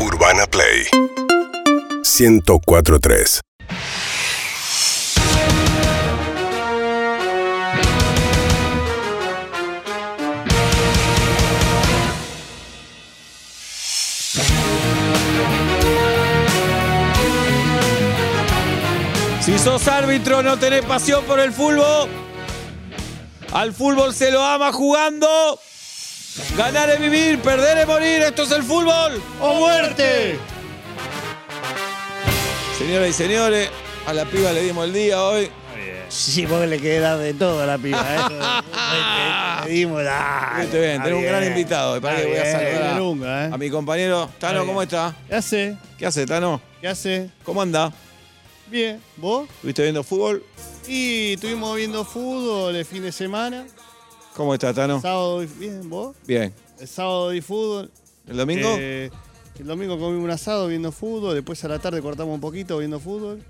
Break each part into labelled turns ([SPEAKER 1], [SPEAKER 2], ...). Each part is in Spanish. [SPEAKER 1] Urbana Play 1043
[SPEAKER 2] Si sos árbitro, no tenés pasión por el fútbol. Al fútbol se lo ama jugando. Ganar es vivir, perder es morir. Esto es el fútbol.
[SPEAKER 3] o muerte.
[SPEAKER 2] Señoras y señores, a la piba le dimos el día hoy.
[SPEAKER 3] Sí, porque le queda de todo a la piba. ¿eh? Le- le dimos la.
[SPEAKER 2] Muy bien, tenemos un gran invitado. Y para que voy a saludar a,
[SPEAKER 3] Lunga, ¿eh?
[SPEAKER 2] a mi compañero Tano,
[SPEAKER 3] bien.
[SPEAKER 2] ¿cómo está?
[SPEAKER 3] ¿Qué hace?
[SPEAKER 2] ¿Qué hace, Tano?
[SPEAKER 3] ¿Qué hace?
[SPEAKER 2] ¿Cómo anda?
[SPEAKER 3] Bien, ¿vos?
[SPEAKER 2] ¿Estuviste viendo fútbol?
[SPEAKER 3] Y estuvimos viendo fútbol el fin de semana.
[SPEAKER 2] ¿Cómo está, Tano?
[SPEAKER 3] Sábado, y- bien, ¿vos?
[SPEAKER 2] Bien.
[SPEAKER 3] El sábado y fútbol.
[SPEAKER 2] ¿El domingo?
[SPEAKER 3] Eh, el domingo comimos un asado viendo fútbol. Después a la tarde cortamos un poquito viendo fútbol.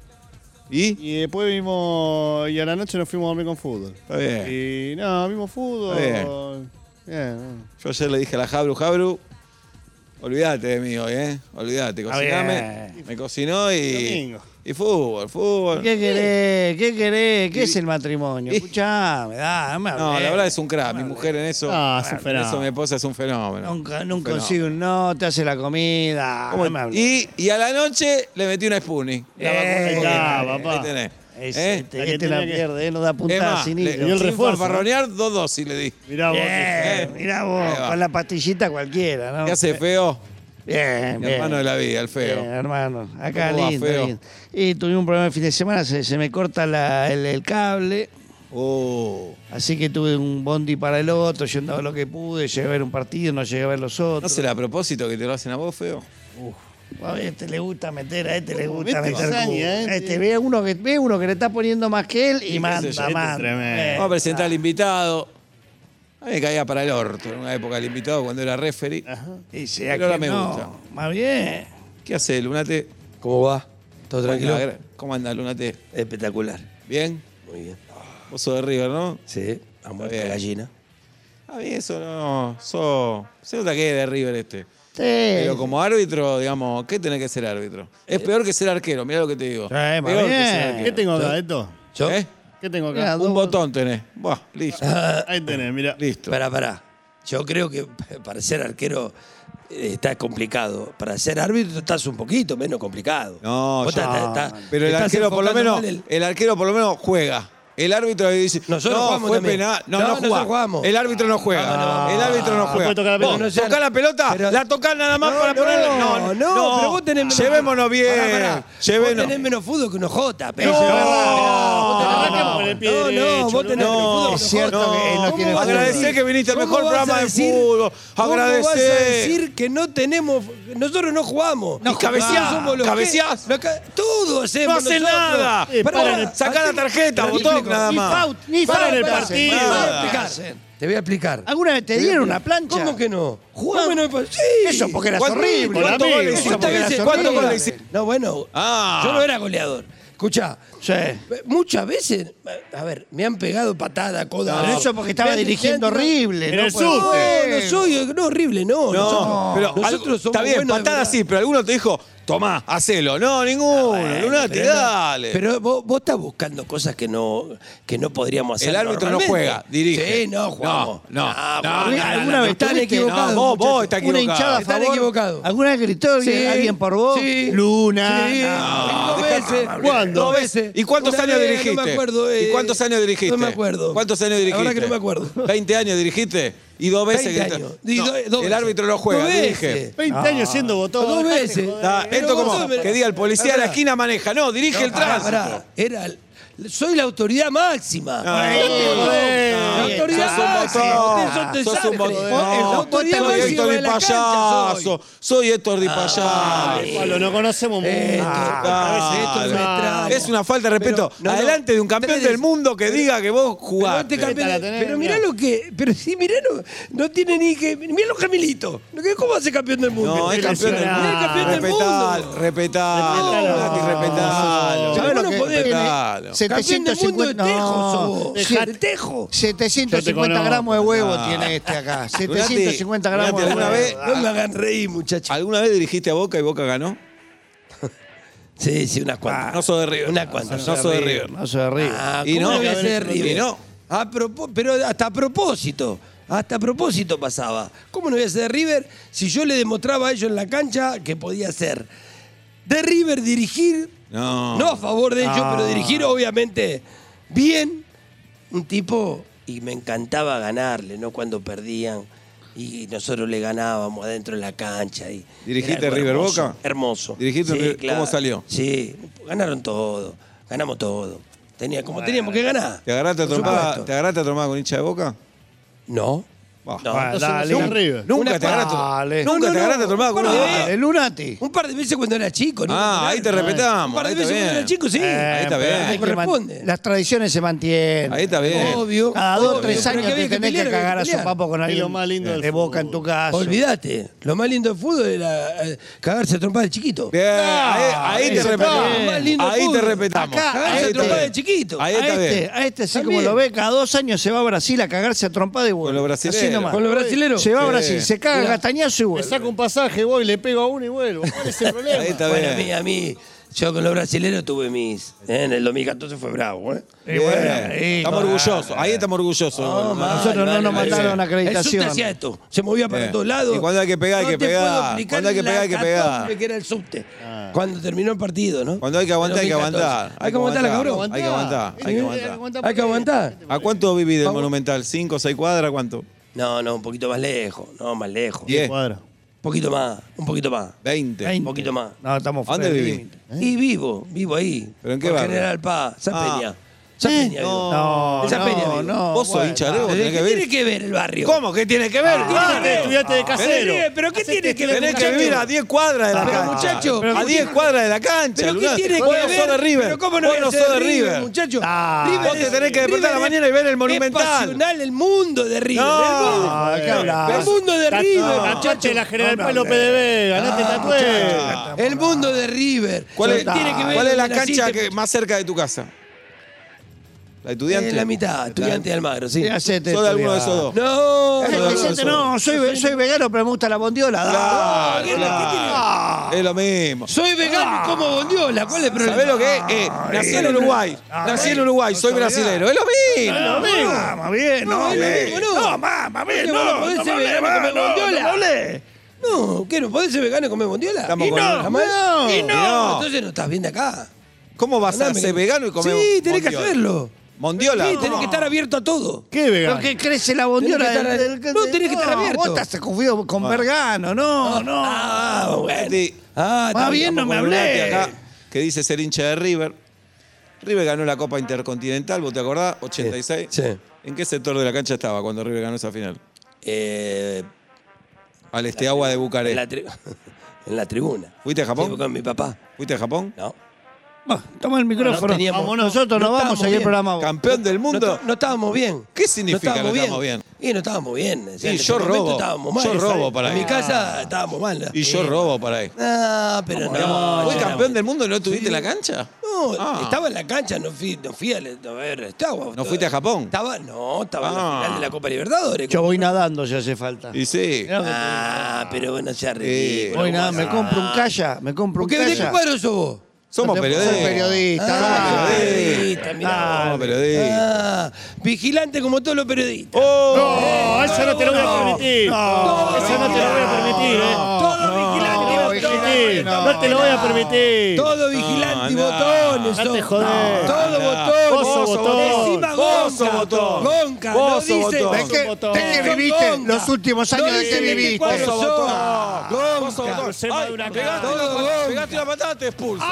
[SPEAKER 2] ¿Y?
[SPEAKER 3] Y después vimos. Y a la noche nos fuimos a dormir con fútbol.
[SPEAKER 2] Está bien.
[SPEAKER 3] Y no, vimos fútbol.
[SPEAKER 2] Está
[SPEAKER 3] Bien, bien.
[SPEAKER 2] Yo ayer le dije a la Jabru, Jabru, olvídate de mí hoy, ¿eh? Olvídate, cociname.
[SPEAKER 4] bien.
[SPEAKER 2] Me cocinó y.
[SPEAKER 3] Domingo.
[SPEAKER 2] Y fútbol, fútbol.
[SPEAKER 4] ¿Qué querés? ¿Qué querés? ¿Qué
[SPEAKER 2] Y-
[SPEAKER 4] es el matrimonio?
[SPEAKER 2] y-
[SPEAKER 4] Escuchame, da, me
[SPEAKER 2] No,
[SPEAKER 4] hablé.
[SPEAKER 2] la verdad es un crack. Mi mujer en eso.
[SPEAKER 3] Ah, es un
[SPEAKER 2] en eso
[SPEAKER 3] fenómeno.
[SPEAKER 2] mi esposa es un fenómeno.
[SPEAKER 4] Nunca,
[SPEAKER 2] Un
[SPEAKER 4] nunca
[SPEAKER 2] fenómeno.
[SPEAKER 4] consigue un no, te hace la comida.
[SPEAKER 2] ¿Cómo?
[SPEAKER 4] no me hables.
[SPEAKER 2] y, y a la noche le metí una Spoonie. La
[SPEAKER 4] Eh,
[SPEAKER 2] vacuna
[SPEAKER 4] ahí
[SPEAKER 2] COVID.
[SPEAKER 3] está, papá.
[SPEAKER 2] Ahí tenés.
[SPEAKER 4] Es-
[SPEAKER 2] ¿Eh?
[SPEAKER 4] este,
[SPEAKER 3] La que
[SPEAKER 4] este la
[SPEAKER 3] tenía que-
[SPEAKER 4] pierde, eh, no da
[SPEAKER 2] Es
[SPEAKER 4] puntada
[SPEAKER 2] más,
[SPEAKER 4] sin
[SPEAKER 2] le,
[SPEAKER 4] hilo.
[SPEAKER 3] Y el
[SPEAKER 2] sin
[SPEAKER 3] refuerzo,
[SPEAKER 2] fanfarronear, dos dosis le di.
[SPEAKER 3] Mirá vos.
[SPEAKER 4] Bien,
[SPEAKER 2] Eh,
[SPEAKER 4] mirá
[SPEAKER 2] ahí
[SPEAKER 4] vos,
[SPEAKER 2] va.
[SPEAKER 4] con la pastillita cualquiera, ¿no?
[SPEAKER 2] ¿Qué hace feo?
[SPEAKER 4] Bien,
[SPEAKER 2] Mi
[SPEAKER 4] bien.
[SPEAKER 2] hermano de la vida, el
[SPEAKER 4] Bien,
[SPEAKER 2] feo.
[SPEAKER 4] hermano, acá
[SPEAKER 2] ¿Cómo va,
[SPEAKER 4] lindo,
[SPEAKER 2] feo?
[SPEAKER 4] lindo. Y tuve un problema el fin de semana, se, se me corta la- el, el cable,
[SPEAKER 2] Oh.
[SPEAKER 4] así que tuve un bondi para el otro, yendo a lo que pude, llegué a ver un partido, no llegué a ver los
[SPEAKER 2] ¿No
[SPEAKER 4] otros.
[SPEAKER 2] será a propósito que te lo hacen a vos, feo?
[SPEAKER 4] A este le gusta meter, a este le
[SPEAKER 3] Uh,
[SPEAKER 4] gusta
[SPEAKER 3] viste,
[SPEAKER 4] meter.
[SPEAKER 3] hazaña,
[SPEAKER 4] culo.
[SPEAKER 3] ¿eh?
[SPEAKER 4] Este ve uno que ve uno que le está poniendo más que él y manda,
[SPEAKER 2] sé yo, este
[SPEAKER 4] manda.
[SPEAKER 3] tremendo.
[SPEAKER 4] Eh,
[SPEAKER 2] Vamos a presentar al invitado. A mí me caía para el orto en una época el invitado cuando era referee.
[SPEAKER 4] y sea
[SPEAKER 2] Pero ahora
[SPEAKER 4] que
[SPEAKER 2] me
[SPEAKER 4] no.
[SPEAKER 2] gusta.
[SPEAKER 4] Más bien.
[SPEAKER 2] ¿Qué hace, Lunate?
[SPEAKER 5] ¿Cómo va? ¿Todo tranquilo?
[SPEAKER 2] Hola, gra- ¿Cómo anda, Lunate?
[SPEAKER 5] Espectacular.
[SPEAKER 2] ¿Bien?
[SPEAKER 5] Muy bien.
[SPEAKER 2] Vos sos de River, ¿no?
[SPEAKER 5] Sí, a muerte
[SPEAKER 2] bien.
[SPEAKER 5] la gallina.
[SPEAKER 2] A mí eso no. sos- se nota que es de River este.
[SPEAKER 4] Sí.
[SPEAKER 2] Pero como árbitro, digamos, ¿qué tenés que ser árbitro? Es peor que ser arquero, mirá lo que te digo.
[SPEAKER 4] Eh, más
[SPEAKER 2] Peor que
[SPEAKER 4] bien.
[SPEAKER 2] ser arquero.
[SPEAKER 3] ¿Qué tengo acá, Eto?
[SPEAKER 5] ¿Yo?
[SPEAKER 2] ¿Eh?
[SPEAKER 3] ¿Qué tengo
[SPEAKER 4] Mirá,
[SPEAKER 3] acá?
[SPEAKER 2] Un botón tenés. Buah, listo.
[SPEAKER 3] Ahí tenés, mira.
[SPEAKER 2] Listo.
[SPEAKER 5] Pará, pará. Yo creo que para ser arquero eh, está complicado. Para ser árbitro estás un poquito menos complicado.
[SPEAKER 2] No,
[SPEAKER 5] Vos
[SPEAKER 2] yo-
[SPEAKER 5] ta- ta- ta-
[SPEAKER 2] Pero el
[SPEAKER 5] estás
[SPEAKER 2] arquero por lo
[SPEAKER 5] enfocando
[SPEAKER 2] menos,
[SPEAKER 5] mal el-
[SPEAKER 2] el arquero por lo menos juega. El árbitro dice,
[SPEAKER 5] Nosotros
[SPEAKER 2] no,
[SPEAKER 5] jugamos
[SPEAKER 2] fue
[SPEAKER 5] también.
[SPEAKER 2] penal. No,
[SPEAKER 5] No,
[SPEAKER 2] no,
[SPEAKER 5] nosotros
[SPEAKER 2] jugá.
[SPEAKER 5] jugamos.
[SPEAKER 2] El árbitro no juega.
[SPEAKER 5] Ah,
[SPEAKER 2] El árbitro no juega.
[SPEAKER 3] puede tocar la pelota.
[SPEAKER 2] Vos,
[SPEAKER 5] No sea-
[SPEAKER 2] tocá la pelota,
[SPEAKER 5] Pero-
[SPEAKER 2] la tocás nada más
[SPEAKER 5] No,
[SPEAKER 2] para
[SPEAKER 5] no,
[SPEAKER 2] ponerla. No,
[SPEAKER 5] no, pero vos tenés menos-
[SPEAKER 2] Llevémonos bien.
[SPEAKER 5] Pará, pará. Vos
[SPEAKER 2] Llevémonos.
[SPEAKER 5] tenés menos fútbol que unos J, pero.
[SPEAKER 2] No,
[SPEAKER 3] Te
[SPEAKER 2] no,
[SPEAKER 3] arrancan por el pie
[SPEAKER 5] No,
[SPEAKER 3] derecho,
[SPEAKER 5] no, vos tenés
[SPEAKER 3] Luna.
[SPEAKER 5] menos fútbol que
[SPEAKER 2] No,
[SPEAKER 5] unos
[SPEAKER 4] Es cierto
[SPEAKER 5] J.
[SPEAKER 4] que él no
[SPEAKER 5] ¿Cómo
[SPEAKER 4] tiene
[SPEAKER 5] vas a
[SPEAKER 4] fútbol.
[SPEAKER 2] Agradecer que viniste al
[SPEAKER 5] ¿Cómo
[SPEAKER 2] mejor
[SPEAKER 5] vas a
[SPEAKER 2] programa de
[SPEAKER 5] decir-
[SPEAKER 2] fútbol.
[SPEAKER 5] ¿Cómo vas a
[SPEAKER 2] Agradecer.
[SPEAKER 5] decir que no tenemos. Nosotros no jugamos.
[SPEAKER 2] No
[SPEAKER 5] Y cabeceás,
[SPEAKER 2] jugás.
[SPEAKER 5] somos los
[SPEAKER 2] Cabeceás.
[SPEAKER 5] que- los que- todo
[SPEAKER 2] No
[SPEAKER 5] hacemos.
[SPEAKER 2] hace
[SPEAKER 5] nosotros.
[SPEAKER 2] nada.
[SPEAKER 3] Eh,
[SPEAKER 5] Pará,
[SPEAKER 3] paran
[SPEAKER 5] pará,
[SPEAKER 3] el-
[SPEAKER 2] Sacá la
[SPEAKER 5] pará,
[SPEAKER 2] tarjeta,
[SPEAKER 5] pará,
[SPEAKER 2] botón,
[SPEAKER 5] pará,
[SPEAKER 2] nada
[SPEAKER 5] pará,
[SPEAKER 2] más.
[SPEAKER 4] Out, ni
[SPEAKER 5] pará,
[SPEAKER 3] paran el
[SPEAKER 5] pará,
[SPEAKER 3] partido.
[SPEAKER 5] Te voy a
[SPEAKER 2] Nada.
[SPEAKER 5] explicar. Te voy a explicar.
[SPEAKER 4] ¿Alguna vez te dieron una plancha?
[SPEAKER 5] ¿Cómo que no? ¿Cómo no? Sí.
[SPEAKER 4] Eso porque eras
[SPEAKER 2] ¿Cuánto-
[SPEAKER 4] horrible.
[SPEAKER 2] ¿Cuántos
[SPEAKER 3] amigo.
[SPEAKER 2] goles
[SPEAKER 3] Eso
[SPEAKER 2] hiciste?
[SPEAKER 5] ¿Cuántas
[SPEAKER 4] porque
[SPEAKER 5] veces?
[SPEAKER 4] eras
[SPEAKER 2] ¿Cuántos
[SPEAKER 4] horrible.
[SPEAKER 2] goles
[SPEAKER 5] goles
[SPEAKER 2] hiciste?
[SPEAKER 5] No, bueno.
[SPEAKER 2] Ah.
[SPEAKER 5] Yo no era goleador. Escuchá.
[SPEAKER 4] Sí.
[SPEAKER 5] Muchas veces, a ver, me han pegado patada, coda.
[SPEAKER 4] Pero eso porque estaba
[SPEAKER 5] Me han-
[SPEAKER 4] dirigiendo
[SPEAKER 5] me han tirado-
[SPEAKER 4] horrible.
[SPEAKER 3] En
[SPEAKER 4] no
[SPEAKER 3] el
[SPEAKER 4] por el
[SPEAKER 3] sur.
[SPEAKER 5] No, no
[SPEAKER 4] juego.
[SPEAKER 5] soy no, horrible, no.
[SPEAKER 2] No,
[SPEAKER 5] nosotros-
[SPEAKER 2] pero algo-
[SPEAKER 5] nosotros somos
[SPEAKER 2] está bien,
[SPEAKER 5] buenos de
[SPEAKER 2] patada
[SPEAKER 5] verdad. Ah,
[SPEAKER 2] sí, pero alguno te dijo, tomá, hacelo. No, ninguno,
[SPEAKER 5] Bueno,
[SPEAKER 2] Lunati,
[SPEAKER 5] pero no-
[SPEAKER 2] dale.
[SPEAKER 5] Pero vos, vos estás buscando cosas que no, que no podríamos hacer.
[SPEAKER 2] El árbitro no
[SPEAKER 5] normalmente.
[SPEAKER 2] juega, dirige.
[SPEAKER 5] Sí, no, jugamos.
[SPEAKER 2] No, no,
[SPEAKER 5] Ah,
[SPEAKER 2] no,
[SPEAKER 5] jugamos.
[SPEAKER 2] no, no,
[SPEAKER 5] Alguna
[SPEAKER 4] no,
[SPEAKER 5] vez
[SPEAKER 4] no,
[SPEAKER 5] están
[SPEAKER 4] no,
[SPEAKER 5] equivocados.
[SPEAKER 2] no, vos- vos
[SPEAKER 5] muchachos.
[SPEAKER 2] estás
[SPEAKER 4] Una
[SPEAKER 2] equivocado.
[SPEAKER 4] hinchada a
[SPEAKER 5] Están
[SPEAKER 4] favor.
[SPEAKER 5] equivocados.
[SPEAKER 4] ¿Alguna vez gritó
[SPEAKER 5] Sí.
[SPEAKER 4] alguien por vos?
[SPEAKER 5] Sí.
[SPEAKER 4] Luna.
[SPEAKER 5] Sí.
[SPEAKER 4] no.
[SPEAKER 5] Dos veces.
[SPEAKER 3] ¿Cuándo?
[SPEAKER 5] Dos veces.
[SPEAKER 2] ¿Y cuántos
[SPEAKER 5] Una
[SPEAKER 2] años
[SPEAKER 5] vez,
[SPEAKER 2] dirigiste?
[SPEAKER 5] No me acuerdo. eh,
[SPEAKER 2] ¿Y cuántos años dirigiste?
[SPEAKER 5] No me acuerdo.
[SPEAKER 2] ¿Cuántos años dirigiste?
[SPEAKER 5] Ahora que no me acuerdo.
[SPEAKER 2] 20 años dirigiste y dos veces
[SPEAKER 5] 20
[SPEAKER 2] gritaste.
[SPEAKER 5] años. Di-
[SPEAKER 2] No,
[SPEAKER 5] do- dos
[SPEAKER 2] el
[SPEAKER 5] veces.
[SPEAKER 2] árbitro no juega,
[SPEAKER 5] Dos
[SPEAKER 2] dirige.
[SPEAKER 5] veces.
[SPEAKER 3] 20 años siendo botón.
[SPEAKER 5] Dos veces.
[SPEAKER 2] Da,
[SPEAKER 5] Pero
[SPEAKER 2] esto
[SPEAKER 5] vos
[SPEAKER 2] como
[SPEAKER 5] sos- pero-
[SPEAKER 2] que diga el policía de la
[SPEAKER 5] pará.
[SPEAKER 2] esquina maneja. No, dirige el
[SPEAKER 5] Pará,
[SPEAKER 2] tránsito.
[SPEAKER 5] pará. Era, el- soy la autoridad máxima.
[SPEAKER 2] Ay,
[SPEAKER 5] La
[SPEAKER 2] no,
[SPEAKER 5] autoridad
[SPEAKER 2] sos un
[SPEAKER 5] máxima.
[SPEAKER 2] botón,
[SPEAKER 5] Ustedes son
[SPEAKER 2] sos un
[SPEAKER 5] desastres.
[SPEAKER 2] botón.
[SPEAKER 5] Vos- el- la
[SPEAKER 2] No,
[SPEAKER 5] autoridad
[SPEAKER 2] Soy
[SPEAKER 5] máxima
[SPEAKER 2] Héctor
[SPEAKER 5] de
[SPEAKER 2] Di
[SPEAKER 5] la cancha soy. Ah,
[SPEAKER 2] Payaso, soy Héctor Di Payaso. Ah,
[SPEAKER 3] Ay, Pablo, no conocemos
[SPEAKER 5] Esto,
[SPEAKER 1] Ah,
[SPEAKER 3] mucho.
[SPEAKER 5] a veces esto
[SPEAKER 2] Claro.
[SPEAKER 5] me extraña.
[SPEAKER 2] Es una falta de respeto.
[SPEAKER 5] Ah. Pero, no, no.
[SPEAKER 2] Adelante de un campeón
[SPEAKER 5] Ustedes-
[SPEAKER 2] del mundo que diga que vos
[SPEAKER 5] Pero,
[SPEAKER 2] jugaste.
[SPEAKER 5] este campeón-
[SPEAKER 3] Esta la tenés,
[SPEAKER 5] pero mirá
[SPEAKER 3] mirá.
[SPEAKER 5] lo que. Pero sí, mirá, no, no tiene ni que. Mirá los Camilitos. ¿Cómo hace campeón del mundo?
[SPEAKER 2] No, es campeón del mundo.
[SPEAKER 5] Mirá el campeón del
[SPEAKER 2] Respetalo,
[SPEAKER 5] mundo.
[SPEAKER 2] respetalo, Nati, respetalo.
[SPEAKER 5] ¿Sabés
[SPEAKER 4] ¿Sabés
[SPEAKER 5] Vos
[SPEAKER 4] lo
[SPEAKER 5] no
[SPEAKER 4] que
[SPEAKER 5] podés.
[SPEAKER 4] tiene?
[SPEAKER 2] Respetalo.
[SPEAKER 4] Se
[SPEAKER 5] Campeón del mundo de
[SPEAKER 3] 750
[SPEAKER 5] tejo, sos
[SPEAKER 3] no,
[SPEAKER 5] vos.
[SPEAKER 3] dejate.
[SPEAKER 5] De tejo.
[SPEAKER 3] 750
[SPEAKER 4] conozco.
[SPEAKER 3] gramos de huevo tiene este acá. 750 gramos
[SPEAKER 2] Durante
[SPEAKER 3] de
[SPEAKER 2] alguna
[SPEAKER 3] huevo.
[SPEAKER 2] vez-
[SPEAKER 5] No me hagan reír, muchachos.
[SPEAKER 2] ¿Alguna vez dirigiste a Boca y Boca ganó?
[SPEAKER 5] Sí, sí, unas cuantas.
[SPEAKER 2] No sos de River.
[SPEAKER 5] Unas cuantas.
[SPEAKER 2] No sos de River.
[SPEAKER 4] No se ríe.
[SPEAKER 5] Ah,
[SPEAKER 2] Y
[SPEAKER 5] ¿cómo
[SPEAKER 2] no.
[SPEAKER 5] no voy a ser
[SPEAKER 2] Y
[SPEAKER 5] River?
[SPEAKER 2] no.
[SPEAKER 5] A propo- pero hasta a propósito, hasta a propósito pasaba. ¿Cómo no voy a ser de River si yo le demostraba a ellos en la cancha que podía ser de River dirigir,
[SPEAKER 2] No.
[SPEAKER 5] no a favor de ellos,
[SPEAKER 2] Ah.
[SPEAKER 5] pero dirigir obviamente bien, un tipo, y me encantaba ganarle, ¿no? Cuando perdían. Y nosotros le ganábamos adentro de la cancha. Y
[SPEAKER 2] ¿Dirigiste
[SPEAKER 5] era algo
[SPEAKER 2] River
[SPEAKER 5] hermoso,
[SPEAKER 2] Boca?
[SPEAKER 5] Hermoso.
[SPEAKER 2] ¿Dirigiste River- cómo salió?
[SPEAKER 5] Sí, ganaron todo, ganamos todo. Tenía, como teníamos que ganar.
[SPEAKER 2] ¿Te agarraste a
[SPEAKER 5] Por
[SPEAKER 2] trompada,
[SPEAKER 5] supuesto.
[SPEAKER 2] ¿te agarraste a trompada con hincha de Boca?
[SPEAKER 5] No.
[SPEAKER 2] Bah.
[SPEAKER 5] No.
[SPEAKER 4] Bah,
[SPEAKER 5] no sé,
[SPEAKER 4] dale.
[SPEAKER 5] no sé.
[SPEAKER 4] Nunca-
[SPEAKER 3] River.
[SPEAKER 2] Nunca te agarraste.
[SPEAKER 4] Dale.
[SPEAKER 2] Nunca
[SPEAKER 5] No,
[SPEAKER 2] te
[SPEAKER 5] no,
[SPEAKER 2] agarraste
[SPEAKER 5] no.
[SPEAKER 2] a trompada con
[SPEAKER 5] Bueno,
[SPEAKER 2] una
[SPEAKER 5] eh,
[SPEAKER 2] boca.
[SPEAKER 4] El Lunati.
[SPEAKER 5] Un par de veces cuando era chico, ¿no?
[SPEAKER 2] Ah, ahí te respetamos,
[SPEAKER 5] Un par de
[SPEAKER 2] ahí está
[SPEAKER 5] veces cuando
[SPEAKER 2] bien.
[SPEAKER 5] era chico, sí.
[SPEAKER 2] Eh, Ahí está
[SPEAKER 5] pero
[SPEAKER 2] bien.
[SPEAKER 5] no
[SPEAKER 2] Hay
[SPEAKER 5] me corresponde.
[SPEAKER 3] Las tradiciones se mantienen.
[SPEAKER 2] Ahí está bien.
[SPEAKER 5] Obvio.
[SPEAKER 3] Cada dos o
[SPEAKER 5] obvio,
[SPEAKER 3] tres
[SPEAKER 5] pero
[SPEAKER 3] años
[SPEAKER 5] que
[SPEAKER 3] te
[SPEAKER 5] había
[SPEAKER 3] tenés que,
[SPEAKER 5] pelear, había
[SPEAKER 3] cagar a
[SPEAKER 5] pelear.
[SPEAKER 3] su papo con
[SPEAKER 4] Es
[SPEAKER 3] alguien
[SPEAKER 4] lo más lindo del
[SPEAKER 3] de boca en tu casa.
[SPEAKER 5] Olvídate. Lo más lindo del fútbol era eh, cagarse a trompada de chiquito.
[SPEAKER 2] Bien, ahí, ahí te
[SPEAKER 3] ese está
[SPEAKER 5] más
[SPEAKER 2] respetamos.
[SPEAKER 5] lindo el
[SPEAKER 2] Ahí te
[SPEAKER 5] fútbol.
[SPEAKER 2] respetamos.
[SPEAKER 5] Acá,
[SPEAKER 2] Ahí
[SPEAKER 5] ahí
[SPEAKER 2] está
[SPEAKER 5] se trompa
[SPEAKER 2] bien.
[SPEAKER 5] de chiquito.
[SPEAKER 2] Ahí
[SPEAKER 3] A
[SPEAKER 2] está
[SPEAKER 3] este,
[SPEAKER 2] bien.
[SPEAKER 3] a este sí,
[SPEAKER 5] También.
[SPEAKER 3] como lo ve, cada dos años se va a Brasil a cagarse a trompada y vuelve.
[SPEAKER 2] los brasileros.
[SPEAKER 3] Así nomás.
[SPEAKER 5] Con los brasileros.
[SPEAKER 3] Se va a
[SPEAKER 2] Sí.
[SPEAKER 3] Brasil, se caga
[SPEAKER 5] Mirá.
[SPEAKER 3] gatañazo y
[SPEAKER 1] Me
[SPEAKER 3] vuelve.
[SPEAKER 1] saco un pasaje, voy, le pego a uno y vuelvo. ¿Cuál es el
[SPEAKER 5] este.
[SPEAKER 1] problema?
[SPEAKER 2] Ahí está
[SPEAKER 5] Bueno, a mí,
[SPEAKER 2] bien.
[SPEAKER 5] a mí, yo con los brasileños tuve mis. eh, en el 2014 fue bravo, ¿eh?
[SPEAKER 2] Bien. Estamos
[SPEAKER 4] no.
[SPEAKER 2] orgullosos. Ahí estamos orgullosos.
[SPEAKER 5] No, mal,
[SPEAKER 3] nosotros no
[SPEAKER 5] mal,
[SPEAKER 3] nos
[SPEAKER 5] mal.
[SPEAKER 3] mandaron
[SPEAKER 5] El
[SPEAKER 3] acreditación.
[SPEAKER 5] subte hacía esto, se movía para
[SPEAKER 2] Bien.
[SPEAKER 5] todos lados.
[SPEAKER 2] Y cuando hay que pegar, hay
[SPEAKER 5] No
[SPEAKER 2] que
[SPEAKER 5] te puedo
[SPEAKER 2] pegar.
[SPEAKER 5] explicar
[SPEAKER 2] Cuando hay que
[SPEAKER 5] la
[SPEAKER 2] pegar, hay que pegar.
[SPEAKER 5] catástrofe que era el subte. Cuando terminó el partido, ¿no?
[SPEAKER 2] Cuando hay que aguantar, hay que
[SPEAKER 5] 2014.
[SPEAKER 2] aguantar.
[SPEAKER 5] Hay que aguantar, cabrón.
[SPEAKER 2] Aguantar. Hay que aguantar, hay que aguantar.
[SPEAKER 5] Hay que aguantar.
[SPEAKER 2] ¿A cuánto vivís del Monumental? ¿Cinco, seis cuadras? ¿Cuánto?
[SPEAKER 5] No, no, un poquito más lejos. No, más lejos.
[SPEAKER 2] Diez.
[SPEAKER 1] Cuadra.
[SPEAKER 5] Un poquito más, un poquito más.
[SPEAKER 2] veinte.
[SPEAKER 5] Un poquito más.
[SPEAKER 4] No, estamos
[SPEAKER 2] ¿A
[SPEAKER 4] fuera.
[SPEAKER 2] dónde
[SPEAKER 4] de
[SPEAKER 2] vivís?
[SPEAKER 4] límite.
[SPEAKER 5] Y vivo, vivo ahí.
[SPEAKER 2] Eh. ¿Pero en qué
[SPEAKER 5] por
[SPEAKER 2] barrio?
[SPEAKER 5] General Paz, San
[SPEAKER 2] Ah.
[SPEAKER 5] Peña. San Peña, vivo.
[SPEAKER 4] No,
[SPEAKER 5] Esa peña,
[SPEAKER 4] no,
[SPEAKER 5] amigo.
[SPEAKER 4] no.
[SPEAKER 2] Vos sos
[SPEAKER 4] bueno.
[SPEAKER 2] hincha de Boca,
[SPEAKER 5] ¿Qué
[SPEAKER 2] tenés que
[SPEAKER 5] tiene
[SPEAKER 2] vivir.
[SPEAKER 5] que ver el barrio?
[SPEAKER 2] ¿Cómo? ¿Qué tiene que ver?
[SPEAKER 1] Ah,
[SPEAKER 2] ¿Qué tiene que ver?
[SPEAKER 1] estudiante de casero.
[SPEAKER 5] Pero, ¿Pero qué tiene que ver?
[SPEAKER 2] Tenés que vivir a 10 cuadras de la
[SPEAKER 5] Pero,
[SPEAKER 2] cancha.
[SPEAKER 5] muchacho,
[SPEAKER 2] a 10 cuadras de la cancha.
[SPEAKER 5] ¿Pero qué
[SPEAKER 2] Lunati.
[SPEAKER 5] tiene que
[SPEAKER 2] Vos no
[SPEAKER 5] ver?
[SPEAKER 2] sos de River.
[SPEAKER 5] ¿Pero cómo no
[SPEAKER 2] Vos
[SPEAKER 5] voy a
[SPEAKER 2] no
[SPEAKER 5] ser
[SPEAKER 2] sos de River.
[SPEAKER 5] muchacho?
[SPEAKER 4] Ah.
[SPEAKER 2] Vos te tenés que despertar a la
[SPEAKER 5] es-
[SPEAKER 2] mañana y ver el Monumental.
[SPEAKER 5] Es pasional el mundo de River.
[SPEAKER 2] No,
[SPEAKER 5] el mundo.
[SPEAKER 4] ¿qué hablás?
[SPEAKER 5] El mundo de River.
[SPEAKER 1] Cachache, la General Paz López de Vega, no te
[SPEAKER 2] muchacho.
[SPEAKER 1] puedes.
[SPEAKER 5] El mundo de River.
[SPEAKER 2] ¿Cuál es,
[SPEAKER 5] Pero tiene que ver
[SPEAKER 2] cuál es la
[SPEAKER 5] dónde
[SPEAKER 2] cancha
[SPEAKER 5] naciste,
[SPEAKER 2] que, más cerca de tu casa? ¿La estudiante?
[SPEAKER 5] Eh, la mitad, estudiante de Almagro, sí.
[SPEAKER 4] ¿Qué hacés,
[SPEAKER 2] ¿Sos de alguno de
[SPEAKER 4] estudiar?
[SPEAKER 2] esos dos?
[SPEAKER 5] No,
[SPEAKER 2] Eso,
[SPEAKER 5] no,
[SPEAKER 2] eso,
[SPEAKER 5] no,
[SPEAKER 2] eso.
[SPEAKER 4] No, soy, ve- soy vegano, pero me gusta la bondiola.
[SPEAKER 2] Claro,
[SPEAKER 5] ¿qué- qué
[SPEAKER 2] Ah, claro.
[SPEAKER 5] tiene?
[SPEAKER 2] Es lo mismo.
[SPEAKER 5] Soy vegano y como bondiola. ¿Cuál es el problema?
[SPEAKER 2] ¿Sabés lo que es? Eh, nací en Uruguay.
[SPEAKER 5] Ah,
[SPEAKER 2] Nací en Uruguay, soy brasilero. Es lo mismo.
[SPEAKER 4] No, mamá, bien, no,
[SPEAKER 5] No,
[SPEAKER 4] bien.
[SPEAKER 5] no, no.
[SPEAKER 4] No, mamá,
[SPEAKER 5] ¿Qué,
[SPEAKER 4] bien,
[SPEAKER 5] vos
[SPEAKER 4] no.
[SPEAKER 5] podés
[SPEAKER 4] No
[SPEAKER 5] ser
[SPEAKER 4] me hablé,
[SPEAKER 5] vegano y
[SPEAKER 4] mamá,
[SPEAKER 5] comer
[SPEAKER 4] no,
[SPEAKER 5] bondiola?
[SPEAKER 4] no me hablé.
[SPEAKER 5] No, ¿qué? ¿No podés ser vegano y comer bondiola?
[SPEAKER 2] Estamos
[SPEAKER 5] Y
[SPEAKER 2] con-
[SPEAKER 5] no, jamás.
[SPEAKER 2] no.
[SPEAKER 5] Y no.
[SPEAKER 2] Y no.
[SPEAKER 5] Entonces no estás bien de acá.
[SPEAKER 2] ¿Cómo vas a
[SPEAKER 5] Andame.
[SPEAKER 2] ser vegano y comer
[SPEAKER 5] Sí, tenés que
[SPEAKER 2] mondiola?
[SPEAKER 5] hacerlo.
[SPEAKER 2] ¿Mondiola?
[SPEAKER 5] Sí, tenés que estar abierto a todo.
[SPEAKER 1] ¿Qué
[SPEAKER 4] Pero
[SPEAKER 1] vegano?
[SPEAKER 4] que crece la bondiola.
[SPEAKER 5] Tenés que estar-
[SPEAKER 4] del- del-
[SPEAKER 5] no, tenés que estar abierto.
[SPEAKER 4] Vos estás confundido con vergano, no, no.
[SPEAKER 5] Ah, bueno.
[SPEAKER 2] Sí.
[SPEAKER 5] Ah, está
[SPEAKER 4] Más bien no me
[SPEAKER 5] vamos con
[SPEAKER 4] hablé.
[SPEAKER 5] Lunati
[SPEAKER 2] acá
[SPEAKER 5] acá.
[SPEAKER 2] que dice ser hincha de River. River ganó la Copa Intercontinental, ¿vos te acordás? 86.
[SPEAKER 5] Sí, sí.
[SPEAKER 2] ¿En qué sector de la cancha estaba cuando River ganó esa final?
[SPEAKER 5] Eh,
[SPEAKER 2] Al Esteagua de
[SPEAKER 5] en, la
[SPEAKER 2] Bucarest.
[SPEAKER 5] tri- en la tribuna.
[SPEAKER 2] ¿Fuiste a Japón?
[SPEAKER 5] Sí, con mi papá.
[SPEAKER 2] ¿Fuiste a Japón?
[SPEAKER 5] No. Ah,
[SPEAKER 4] Bah, Toma el micrófono.
[SPEAKER 5] No, no teníamos-
[SPEAKER 4] Vamos nosotros,
[SPEAKER 5] no
[SPEAKER 4] nos vamos
[SPEAKER 5] estábamos
[SPEAKER 4] a ir
[SPEAKER 5] bien.
[SPEAKER 4] al programa. vos.
[SPEAKER 2] Campeón del
[SPEAKER 5] No,
[SPEAKER 2] mundo.
[SPEAKER 5] está- no estábamos bien.
[SPEAKER 2] ¿Qué significa no estábamos
[SPEAKER 5] Y no estábamos bien. O sea,
[SPEAKER 2] Sí,
[SPEAKER 5] en ese
[SPEAKER 2] yo
[SPEAKER 5] momento
[SPEAKER 2] robo.
[SPEAKER 5] Estábamos mal.
[SPEAKER 2] Yo robo para
[SPEAKER 5] En mi
[SPEAKER 2] ahí.
[SPEAKER 5] casa estábamos mal.
[SPEAKER 2] Y yo robo para ahí.
[SPEAKER 5] Ah, pero no.
[SPEAKER 2] ¿Fue
[SPEAKER 5] yo
[SPEAKER 2] campeón
[SPEAKER 5] no.
[SPEAKER 2] del mundo y no estuviste en la cancha?
[SPEAKER 5] No,
[SPEAKER 2] Ah.
[SPEAKER 5] estaba en la cancha, no fui, no fui a, la- a ver, estaba.
[SPEAKER 2] ¿No fuiste a Japón?
[SPEAKER 5] Estaba, no, estaba en
[SPEAKER 2] Ah.
[SPEAKER 5] la final de la Copa Libertadores.
[SPEAKER 4] Yo voy nadando si hace falta.
[SPEAKER 2] Y sí.
[SPEAKER 5] Ah, pero bueno, ya ridículo.
[SPEAKER 4] Voy nadando, me
[SPEAKER 5] Ah.
[SPEAKER 4] compro un calla, me compro
[SPEAKER 5] ¿Por
[SPEAKER 4] un
[SPEAKER 5] qué de qué
[SPEAKER 4] calla.
[SPEAKER 5] cuadro sos vos?
[SPEAKER 2] Somos
[SPEAKER 4] Soy
[SPEAKER 2] periodistas.
[SPEAKER 4] periodista.
[SPEAKER 5] pues, Ah,
[SPEAKER 4] dale.
[SPEAKER 5] periodista, mirá.
[SPEAKER 2] Somos periodistas.
[SPEAKER 5] Ah, vigilante como todos los periodistas.
[SPEAKER 1] No, eso no te lo voy a permitir. Eso no te lo voy a permitir, eh.
[SPEAKER 5] Todo vigilante
[SPEAKER 1] No,
[SPEAKER 5] y botones.
[SPEAKER 1] vigilante, No te lo voy a permitir.
[SPEAKER 5] Todo vigilante y
[SPEAKER 2] no.
[SPEAKER 5] botones.
[SPEAKER 1] No te
[SPEAKER 5] sos.
[SPEAKER 1] jodés.
[SPEAKER 5] Todo
[SPEAKER 2] No.
[SPEAKER 5] botones.
[SPEAKER 1] Vos sos botón.
[SPEAKER 5] Encima
[SPEAKER 2] Vos sos
[SPEAKER 5] Gonca.
[SPEAKER 2] botón.
[SPEAKER 5] Gonca.
[SPEAKER 2] Vos
[SPEAKER 5] no
[SPEAKER 2] sos
[SPEAKER 5] dice-
[SPEAKER 2] botón.
[SPEAKER 4] ¿De qué, de qué viviste los últimos años? ¿De
[SPEAKER 5] este
[SPEAKER 4] qué viviste?
[SPEAKER 5] Vos sos botón.
[SPEAKER 2] eh, Ah, Vos sos
[SPEAKER 5] Gonca.
[SPEAKER 2] botón.
[SPEAKER 1] José Madura
[SPEAKER 2] Ay,
[SPEAKER 1] acá.
[SPEAKER 2] pegaste,
[SPEAKER 5] Todo
[SPEAKER 2] una,
[SPEAKER 5] gonca.
[SPEAKER 2] pegaste una patada, te expulso.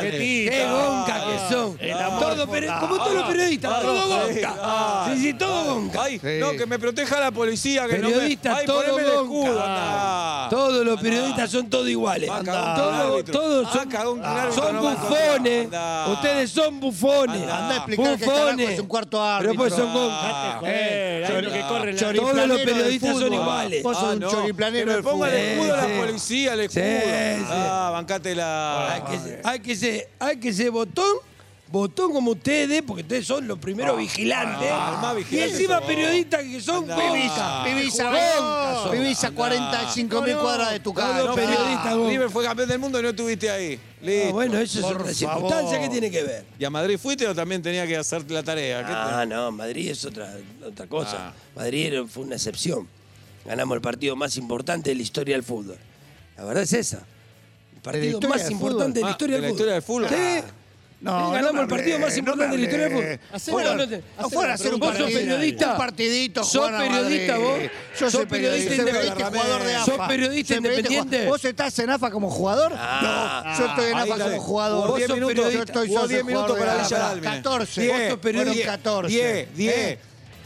[SPEAKER 5] Qué gonca que son. Todo peri- como todos los periodistas, todo gonca. Sí, sí, todo gonca.
[SPEAKER 2] Ay, no, que me proteja la policía. Que
[SPEAKER 5] Periodistas,
[SPEAKER 2] no me... Ay,
[SPEAKER 5] todo
[SPEAKER 2] poneme el
[SPEAKER 5] gonca.
[SPEAKER 2] escudo. anda.
[SPEAKER 5] Todos los periodistas son todos iguales.
[SPEAKER 2] Ah, cagón que un
[SPEAKER 5] Todos
[SPEAKER 2] árbitro.
[SPEAKER 5] todos
[SPEAKER 2] Ah,
[SPEAKER 5] son,
[SPEAKER 2] cagón que un árbitro
[SPEAKER 5] son
[SPEAKER 2] no va a Ah,
[SPEAKER 5] bufones.
[SPEAKER 2] contar. Andá.
[SPEAKER 5] Ustedes son bufones.
[SPEAKER 2] Andá a
[SPEAKER 4] explicar qué carajo es un cuarto árbitro.
[SPEAKER 5] Pero pues son
[SPEAKER 2] Ah,
[SPEAKER 5] gonca. Eh,
[SPEAKER 1] Joder, ahí lo que corre la-
[SPEAKER 5] Choriplanero Todos los periodistas son iguales.
[SPEAKER 4] Vos sos
[SPEAKER 2] Ah,
[SPEAKER 4] un
[SPEAKER 2] no.
[SPEAKER 4] choriplanero
[SPEAKER 2] Que me
[SPEAKER 4] de
[SPEAKER 2] ponga
[SPEAKER 5] fútbol.
[SPEAKER 2] el escudo a
[SPEAKER 5] Sí,
[SPEAKER 2] la
[SPEAKER 5] sí.
[SPEAKER 2] policía, el escudo.
[SPEAKER 5] Sí, sí.
[SPEAKER 2] Ah, bancate la.
[SPEAKER 5] Hay que ser- hay que ser- hay que ser botón botón como ustedes, porque ustedes son los primeros vigilantes.
[SPEAKER 2] al Ah. más vigilante
[SPEAKER 5] y encima
[SPEAKER 2] sos vos.
[SPEAKER 5] periodistas que son
[SPEAKER 2] Andá.
[SPEAKER 5] pibistas.
[SPEAKER 4] Vivís a,
[SPEAKER 5] Jugón.
[SPEAKER 4] vivís a 45 mil cuadras de tu casa.
[SPEAKER 5] no, periodista, vos.
[SPEAKER 2] River fue campeón del mundo y no estuviste ahí. Listo.
[SPEAKER 5] Ah, bueno, eso es
[SPEAKER 6] Por
[SPEAKER 5] otra
[SPEAKER 6] favor.
[SPEAKER 5] circunstancia que tiene que ver.
[SPEAKER 2] ¿Y a Madrid fuiste o también tenía que hacerte la tarea? ¿Qué te-
[SPEAKER 5] Ah, no, Madrid es otra, otra cosa.
[SPEAKER 2] Ah.
[SPEAKER 5] Madrid era- fue una excepción. Ganamos el partido más importante de la historia del fútbol. La verdad es esa. El partido
[SPEAKER 4] historia
[SPEAKER 5] más
[SPEAKER 4] del
[SPEAKER 5] importante de la
[SPEAKER 2] Ah,
[SPEAKER 5] historia
[SPEAKER 2] de
[SPEAKER 5] del
[SPEAKER 2] la historia
[SPEAKER 5] fútbol.
[SPEAKER 2] del fútbol. Ah.
[SPEAKER 5] Sí. Sí, ganamos el partido más importante de la historia del fútbol.
[SPEAKER 4] Hacer
[SPEAKER 5] Bueno,
[SPEAKER 4] una-
[SPEAKER 5] no te-
[SPEAKER 4] no fuera a hacer un
[SPEAKER 5] ¿Vos sos
[SPEAKER 4] partido.
[SPEAKER 5] periodista?
[SPEAKER 4] Un partidito,
[SPEAKER 5] ¿Sos
[SPEAKER 4] Juan Amadeo.
[SPEAKER 5] periodista vos?
[SPEAKER 4] Yo soy periodista independiente,
[SPEAKER 5] independiente.
[SPEAKER 4] jugador de AFA.
[SPEAKER 5] ¿Sos periodista
[SPEAKER 4] Soy
[SPEAKER 5] independiente?
[SPEAKER 4] ju- ¿Vos estás en Afa como jugador?
[SPEAKER 5] Ah.
[SPEAKER 4] no, yo estoy en
[SPEAKER 2] Ahí
[SPEAKER 4] AFA
[SPEAKER 2] la
[SPEAKER 4] como
[SPEAKER 2] ves.
[SPEAKER 4] jugador.
[SPEAKER 2] Hubo 10
[SPEAKER 4] Vos sos
[SPEAKER 2] minutos,
[SPEAKER 4] periodista. Yo estoy,
[SPEAKER 2] hubo
[SPEAKER 4] sos
[SPEAKER 2] 10
[SPEAKER 4] el
[SPEAKER 2] minutos
[SPEAKER 4] jugador
[SPEAKER 2] para
[SPEAKER 4] de
[SPEAKER 2] Villa
[SPEAKER 4] AFA.
[SPEAKER 2] Dálmine.
[SPEAKER 4] 14,
[SPEAKER 2] Diez,
[SPEAKER 4] vos sos periodista.
[SPEAKER 2] diez,
[SPEAKER 4] 14.
[SPEAKER 2] diez, diez.
[SPEAKER 4] ¿Eh?